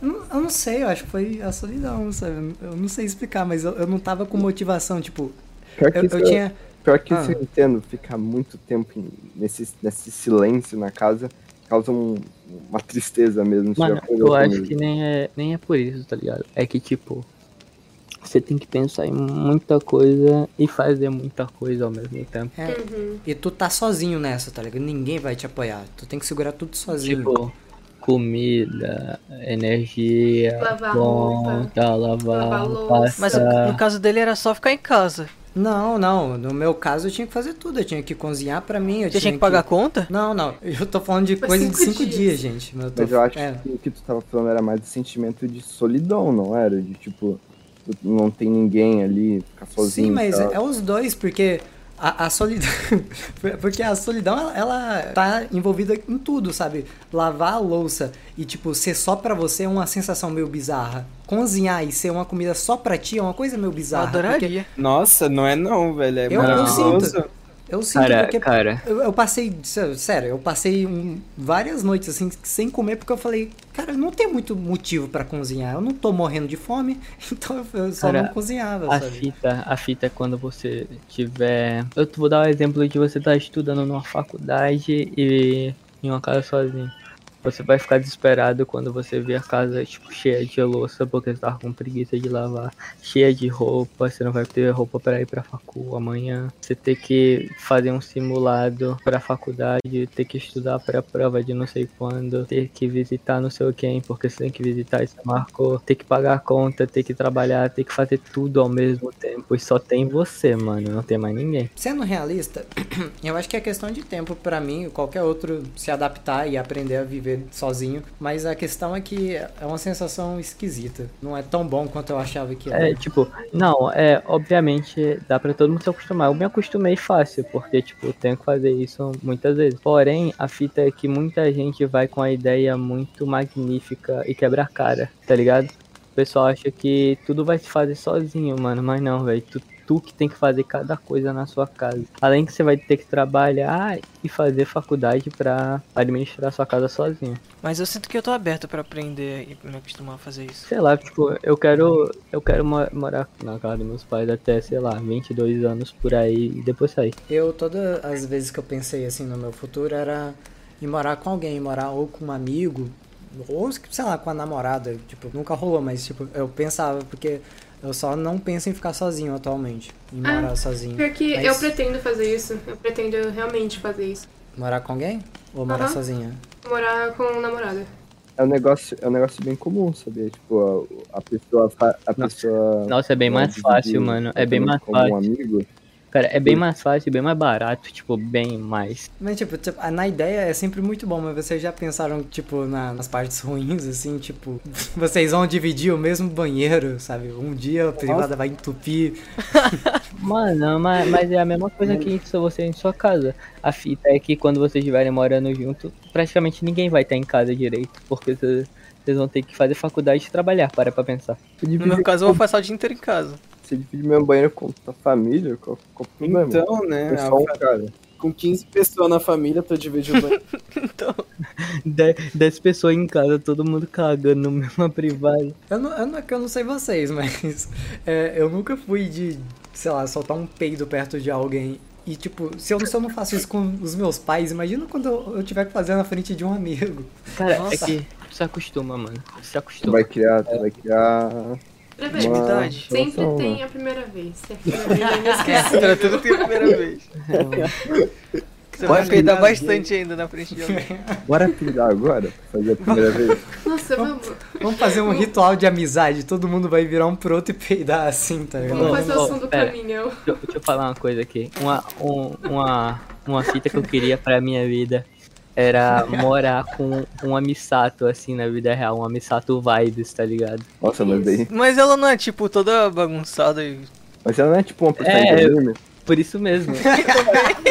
S1: Eu não- eu não sei, eu acho que foi a solidão, sabe? Eu não sei explicar, mas eu, eu não tava com motivação, tipo,
S3: Pior que
S1: eu,
S3: isso,
S1: eu tinha.
S3: pior que
S1: Ah.
S3: isso eu entendo, ficar muito tempo em- nesse, nesse silêncio na casa causa um- uma tristeza mesmo. você já
S5: Mano,
S3: pegou
S5: eu acho
S3: comigo.
S5: que nem é, nem é por isso, tá ligado? É que, tipo, você tem que pensar em muita coisa e fazer muita coisa ao mesmo tempo.
S1: é,
S2: Uhum.
S1: E tu tá sozinho nessa, tá ligado? Ninguém vai te apoiar. Tu tem que segurar tudo sozinho.
S5: Tipo, comida, energia,
S2: Lavar
S5: conta,
S2: lavar
S5: lavar,
S2: louça.
S4: Mas
S5: passar.
S4: o- no caso dele era só ficar em casa.
S1: Não, não. No meu caso eu tinha que fazer tudo. Eu tinha que cozinhar pra mim. Eu
S4: Você tinha que pagar a conta?
S1: Não, não. Eu tô falando de
S2: Foi
S1: coisa de
S2: cinco
S1: cinco dias,
S2: dias.
S1: gente. Mas eu, tô...
S3: Mas eu acho
S1: é.
S3: que o que tu tava falando era mais do sentimento de solidão, não era? De tipo, tu não tem ninguém ali, ficar sozinho.
S1: Sim, mas
S3: tá?
S1: é os dois, porque a, a solidão. porque a solidão, ela, ela tá envolvida em tudo, sabe? Lavar a louça e, tipo, ser só pra você é uma sensação meio bizarra. Cozinhar e ser uma comida só pra ti é uma coisa meio
S4: Eu
S1: bizarra. porque
S4: adoraria.
S6: Nossa, não é não, velho. É
S1: Eu- eu
S6: maravilhoso.
S1: sinto. Eu sinto é
S5: Cara,
S1: porque.
S5: cara,
S1: Eu, eu passei, sé- sério, eu passei um- várias noites assim, sem comer, porque eu falei, cara, não tem muito motivo pra cozinhar. Eu não tô morrendo de fome, então eu só
S5: Cara,
S1: não cozinhava,
S5: a
S1: sabe?
S5: fita, a fita é quando você tiver. Eu vou dar o exemplo de você estar estudando numa faculdade e em uma casa sozinho. Você vai ficar desesperado quando você ver a casa tipo, cheia de louça porque você tava com preguiça de lavar, cheia de roupa, você não vai ter roupa pra ir pra facu amanhã. Você ter que fazer um simulado pra faculdade, ter que estudar pra prova de não sei quando, ter que visitar não sei quem, porque você tem que visitar e você marcou, ter que pagar a conta, ter que trabalhar, ter que fazer tudo ao mesmo tempo. E só tem você, mano, não tem mais ninguém.
S1: Sendo realista, eu acho que é questão de tempo pra mim, qualquer outro se adaptar e aprender a viver sozinho. Mas a questão é que é uma sensação esquisita. Não é tão bom quanto eu achava que era.
S5: É, tipo, não, é, obviamente dá pra todo mundo se acostumar. Eu me acostumei fácil, porque, tipo, eu tenho que fazer isso muitas vezes. Porém, a fita é que muita gente vai com a ideia muito magnífica e quebra a cara, tá ligado? O pessoal acha que tudo vai se fazer sozinho, mano, mas não, velho. Tu, tu que tem que fazer cada coisa na sua casa. Além que você vai ter que trabalhar e fazer faculdade pra administrar sua casa sozinho.
S4: Mas eu sinto que eu tô aberto pra aprender e me acostumar a fazer isso.
S5: Sei lá, tipo, eu quero. Eu quero mo- morar na casa dos meus pais até, sei lá, 22 anos por aí e depois sair.
S1: Eu, todas as vezes que eu pensei assim no meu futuro, era ir morar com alguém, morar ou com um amigo, ou sei lá, com a namorada. Tipo, nunca rolou, mas tipo, eu pensava, porque eu só não penso em ficar sozinho atualmente. Em
S2: Ah,
S1: morar sozinho.
S2: Porque
S1: Mas-
S2: eu pretendo fazer isso. Eu pretendo realmente fazer isso.
S1: Morar com alguém? Ou morar
S2: Aham.
S1: sozinha?
S2: Morar com namorada.
S3: É um negócio, é um negócio bem comum, sabia? Tipo, a, a pessoa. fa- A pessoa
S5: Nossa, é bem
S3: né,
S5: mais
S3: dividir
S5: fácil, mano. É bem mais
S3: apartamento com um
S5: fácil.
S3: amigo.
S5: Cara, é bem mais fácil, bem mais barato, tipo, bem mais.
S1: Mas, tipo, tipo, a- na ideia é sempre muito bom, mas vocês já pensaram, tipo, na- nas partes ruins, assim, tipo, vocês vão dividir o mesmo banheiro, sabe? Um dia a privada vai entupir.
S5: Mano, mas, mas é a mesma coisa que se você em sua casa. A fita é que quando vocês estiverem morando junto, praticamente ninguém vai estar em casa direito, porque vocês vocês vão ter que fazer faculdade e trabalhar, para pra pensar.
S3: Você
S4: No
S3: divide,
S4: meu caso, eu vou passar o dia inteiro em casa.
S3: você divide meu banheiro com a família? Qual, qual o problema?
S6: Então,
S3: é
S6: né?
S3: só um cara.
S6: Com 15 pessoas na família pra dividir o banheiro.
S5: De- 10 pessoas em casa, todo mundo cagando, mesma privada.
S1: Eu não, eu não, é que eu não sei vocês, mas é, eu nunca fui de, sei lá, soltar um peido perto de alguém. E, tipo, se eu, se eu não faço isso com os meus pais, imagina quando eu, eu tiver que fazer na frente de um amigo.
S5: Cara,
S4: Nossa.
S5: é que se acostuma, mano. Se
S3: Tu
S5: acostuma.
S3: vai criar, tu vai criar.
S2: Primeira
S6: É
S2: vez.
S3: Uma
S4: Verdade.
S2: Sempre
S3: relação, né?
S2: tem a primeira vez. Se é a primeira vez, eu não
S4: É,
S2: esqueço.
S4: era tudo tem a primeira vez. Você vai
S3: Pode
S4: peidar
S3: peidar
S4: bastante ainda na frente de alguém.
S3: Bora peidar agora? pra Fazer a primeira vez?
S2: Nossa, vamos.
S1: Vamos fazer um ritual de amizade, todo mundo vai virar um pro outro e peidar assim, tá ligado?
S2: Vamos fazer o
S5: Ô,
S2: som do
S5: pera.
S2: caminhão.
S5: Deixa, eu- deixa eu falar uma coisa aqui. Uma, um- uma, uma fita que eu queria pra minha vida era morar com um Amisato, assim, na vida real. Um Amisato vibes, tá ligado?
S3: Nossa, mas daí.
S4: Mas ela não é, tipo, toda bagunçada e.
S3: Mas ela não é tipo uma personagem
S5: É,
S3: de anime?
S5: Por isso mesmo.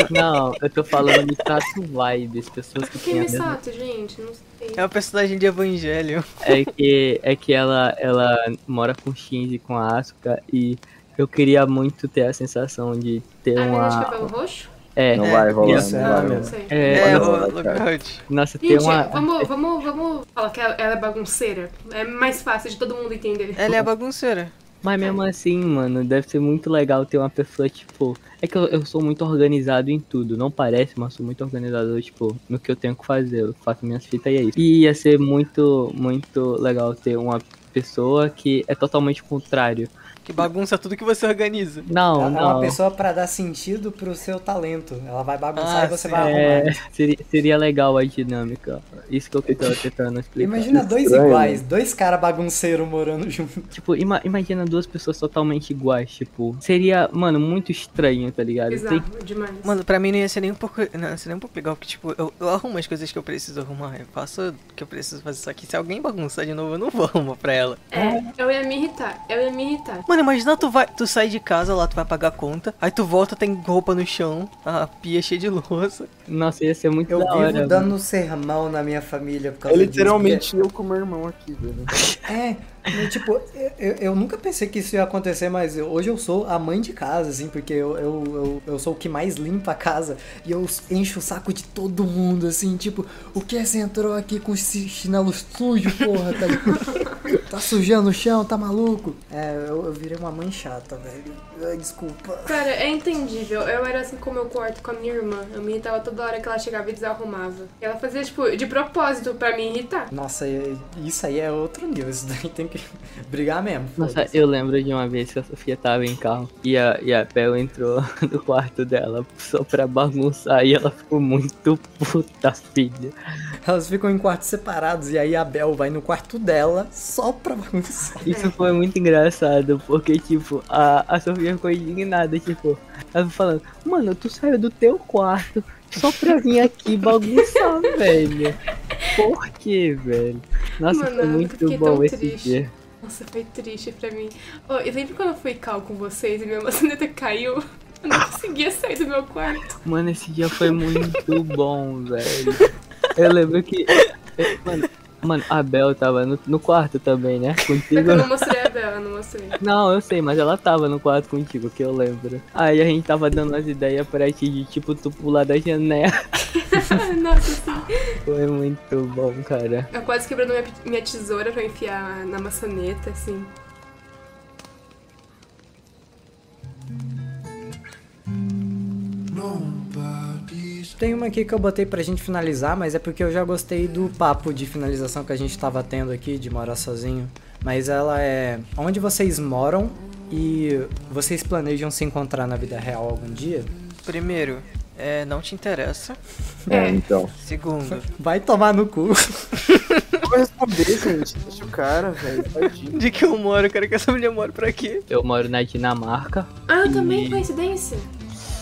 S5: não, eu tô falando Mikatsu vibes, pessoas que
S2: Que
S5: têm a mesma...
S2: Misato, gente? Não sei. Ah,
S4: É o personagem de Evangelho.
S5: É que, é que ela, ela mora com o Shinji, com a Asuka, e eu queria muito ter a sensação de ter
S2: A menina de
S5: uma...
S2: cabelo roxo? Ah,
S5: É,
S3: Não vai rolar,
S1: isso,
S3: não
S1: é,
S3: vai rolar.
S1: meu.
S2: Não sei.
S5: é,
S4: É,
S3: olha
S4: o
S3: lá, cara.
S4: Lookout.
S5: nossa, tem
S2: Gente,
S5: uma...
S2: vamos, vamos, vamos falar que ela ela é bagunceira. É mais fácil de todo mundo entender.
S4: Ela é a bagunceira.
S5: Mas mesmo assim, mano, deve ser muito legal ter uma pessoa, tipo. É que eu, eu sou muito organizado em tudo, não parece, mas sou muito organizado, tipo, no que eu tenho que fazer. Eu faço minhas fitas e é isso. E ia ser muito, muito legal ter uma pessoa que é totalmente contrário.
S4: Que bagunça tudo que você organiza.
S5: Não,
S1: Ela é uma
S5: não.
S1: pessoa pra dar sentido pro seu talento. Ela vai bagunçar
S4: Ah,
S1: e você
S4: sim.
S1: vai arrumar.
S5: É, seria, seria legal a dinâmica. Isso que eu tava tentando explicar.
S1: Imagina dois
S3: Estranho,
S1: iguais, dois caras bagunceiros morando junto.
S5: Tipo, ima- imagina duas pessoas totalmente iguais, tipo. Seria, mano, muito estranho, tá ligado? Tem-
S2: Bizarro demais.
S4: Mano, pra mim não ia ser nem um pouco. Não, ia ser nem um pouco legal, porque tipo, eu, eu arrumo as coisas que eu preciso arrumar. Eu faço o que eu preciso fazer. Só que se alguém bagunçar de novo, eu não vou arrumar pra ela.
S2: É, eu ia me irritar. Eu ia me irritar.
S4: Mano, imagina tu vai, tu sai de casa lá, tu vai pagar a conta, aí tu volta, tem roupa no chão, a pia cheia de louça.
S5: Nossa, ia ser muito
S1: Eu
S5: da
S1: vivo
S5: hora.
S1: dando um sermão na minha família por
S6: É
S1: causa disso,
S6: literalmente eu com meu irmão aqui, velho.
S1: porque- É, e, tipo, eu, eu- eu nunca pensei que isso ia acontecer, mas eu- hoje eu sou a mãe de casa, assim, porque eu, eu, eu, eu sou o que mais limpa a casa e eu encho o saco de todo mundo, assim, tipo, o que você entrou aqui com esse chinelo sujo, porra, tá, ligado? tá sujando o chão, tá maluco? É, eu, eu virei uma mãe chata, velho. Ai, Desculpa.
S2: Cara, é entendível. Eu era assim com o meu quarto com a minha irmã. Eu me irritava toda hora que ela chegava e desarrumava. E ela fazia, tipo, de propósito pra me irritar.
S1: Nossa, e- isso aí é outro nível. Isso daí tem que brigar mesmo.
S5: Nossa,
S1: foda-se.
S5: eu lembro de uma vez que a Sofia tava em carro e a, e a Bel entrou no quarto dela só pra bagunçar e ela ficou muito puta, filha.
S1: Elas ficam em quartos separados e aí a Bel vai no quarto dela só pra bagunçar.
S5: Isso foi muito engraçado, porque, tipo, a, a Sofia ficou indignada, tipo, ela falando, mano, tu saiu do teu quarto só pra vir aqui bagunçar, velho. Por que, velho? Nossa,
S2: Mano,
S5: foi
S2: eu
S5: muito
S2: fiquei tão
S5: bom esse
S2: triste.
S5: dia.
S2: Nossa, foi triste pra mim. Oh, e lembra quando eu fui cal com vocês e minha maçaneta caiu? Eu não conseguia sair do meu quarto.
S5: Mano, esse dia foi muito bom, velho. Eu lembro que. eu- Mano, mano, a Bel tava no, no quarto também, né?
S2: Só que
S5: Contigo.
S2: eu não mostrei a Bela, eu não mostrei.
S5: Não, eu sei, mas ela tava no quarto contigo, que eu lembro. Aí a gente tava dando as ideias pra ti de tipo tu pular da janela.
S2: Nossa, assim.
S5: Foi muito bom, cara.
S2: Eu quase quebrando minha, minha tesoura pra enfiar na maçaneta, assim.
S1: Tem uma aqui que eu botei pra gente finalizar, mas é porque eu já gostei do papo de finalização que a gente tava tendo aqui, de morar sozinho. Mas ela é onde vocês moram e vocês planejam se encontrar na vida real algum dia?
S4: Primeiro, é, não te interessa.
S3: É,
S2: É.
S3: então.
S4: Segundo,
S1: Vai tomar no cu.
S6: Eu vou responder, gente. Deixa o cara, velho. Tadinho.
S4: de que eu moro, eu quero que essa mulher mora pra quê?
S5: Eu moro na Dinamarca.
S2: Ah, também coincidência.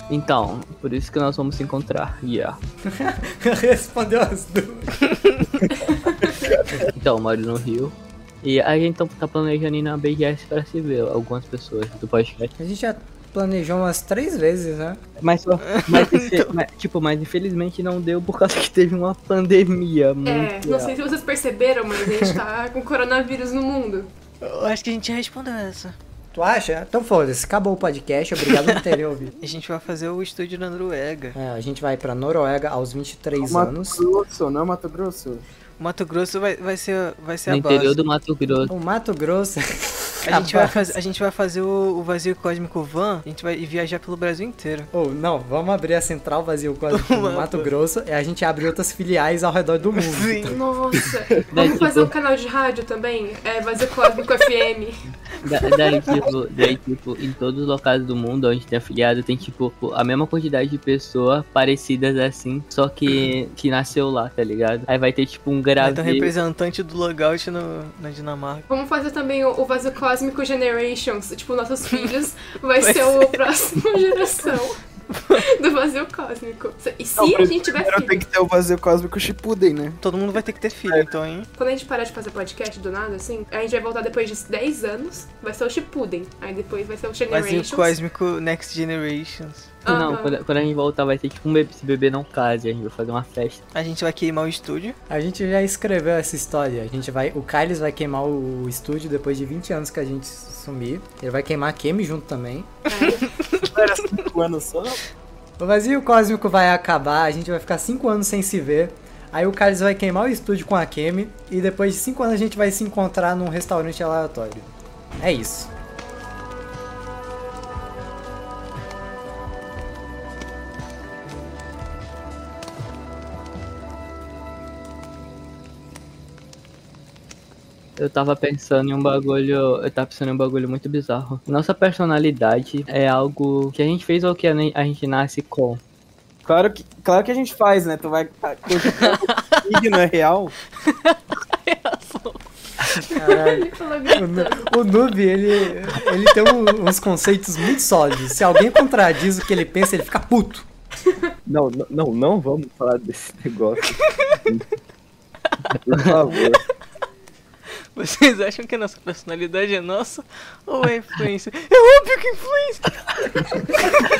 S5: Então, por isso que nós vamos se encontrar. Yeah.
S1: Respondeu as duas.
S5: Então, eu moro no Rio. E a gente tá- tá planejando ir na BGS pra se ver, algumas pessoas do podcast.
S1: A gente já planejou umas três vezes, né?
S5: Mas, só- mas, infe- mas, tipo, mas infelizmente não deu por causa que teve uma pandemia
S2: É,
S5: muito
S2: não sei se vocês perceberam, mas a gente tá com coronavírus no mundo.
S4: Eu acho que a gente já respondeu essa.
S1: Tu acha? Então foda-se, acabou o podcast, obrigado por terem ouvido.
S4: A gente vai fazer o estúdio na Noruega.
S1: É, a gente vai pra Noruega aos 23
S6: Mato
S1: anos.
S6: Grosso, não é Mato Grosso?
S4: Mato Grosso vai, vai ser, vai ser
S2: é
S5: no
S4: a
S5: interior
S4: base.
S5: do Mato Grosso.
S1: O Mato Grosso.
S4: A gente, vai faz- a gente vai fazer o, o vazio cósmico van, a gente vai viajar pelo Brasil inteiro.
S1: Ou não, vamos abrir a central vazio cósmico no Mato Grosso e a gente abre outras filiais ao redor do mundo.
S2: Nossa,
S5: Daí,
S2: vamos fazer
S5: tipo-
S2: um canal de rádio também? É, Vazio Cósmico FM.
S5: Da, daí, tipo, daí, tipo, em todos os locais do mundo onde tem afiliado, tem, tipo, a mesma quantidade de pessoas parecidas assim, só que, que nasceu lá, tá ligado? Aí vai ter, tipo, um
S4: Vai ter um
S5: grave.
S4: representante do logout no, na Dinamarca.
S2: Vamos fazer também o, o Vazio Cósmico Generations. Tipo, nossos filhos vai, ser, o próximo geração. do vazio cósmico. E se
S6: Não,
S2: a
S6: primeiro
S2: gente tiver
S6: Tem
S2: filho,
S6: que ter um o vazio cósmico Shippuden, né?
S4: Todo mundo vai ter que ter filho, então, hein?
S2: quando a gente parar de fazer podcast do nada, assim, a gente vai voltar depois de 10 anos, vai ser o Shippuden. Aí depois vai ser o
S4: Vazio
S2: Generations.
S4: Cósmico Next Generations.
S2: Aham.
S5: Não, quando, quando a gente voltar vai ser tipo um bebê, esse bebê não case, a gente vai fazer uma festa.
S4: A gente vai queimar o estúdio.
S1: A gente já escreveu essa história. A gente vai, o Carlos vai queimar o estúdio depois de 20 anos que a gente sumir. Ele vai queimar a Kemi junto também.
S6: Era 5 anos só.
S1: O vazio cósmico vai acabar, a gente vai ficar 5 anos sem se ver. Aí o Carlos vai queimar o estúdio com a Kemi e depois de 5 anos a gente vai se encontrar num restaurante aleatório. É isso.
S5: Eu tava pensando em um bagulho. Eu tava pensando em um bagulho muito bizarro. Nossa personalidade é algo que a gente fez ou que a ne- a gente nasce com.
S6: Claro que, claro que a gente faz, né? Tu vai. Signo é real.
S1: Caralho.
S2: Ele falou
S1: O
S2: gritando.
S1: Nu- O Noob, ele, ele tem um- uns conceitos muito sólidos. Se alguém contradiz o que ele pensa, ele fica puto.
S3: Não, não, não, não vamos falar desse negócio. Por favor.
S4: Vocês acham que a nossa personalidade é nossa ou é influência? É óbvio que é influência!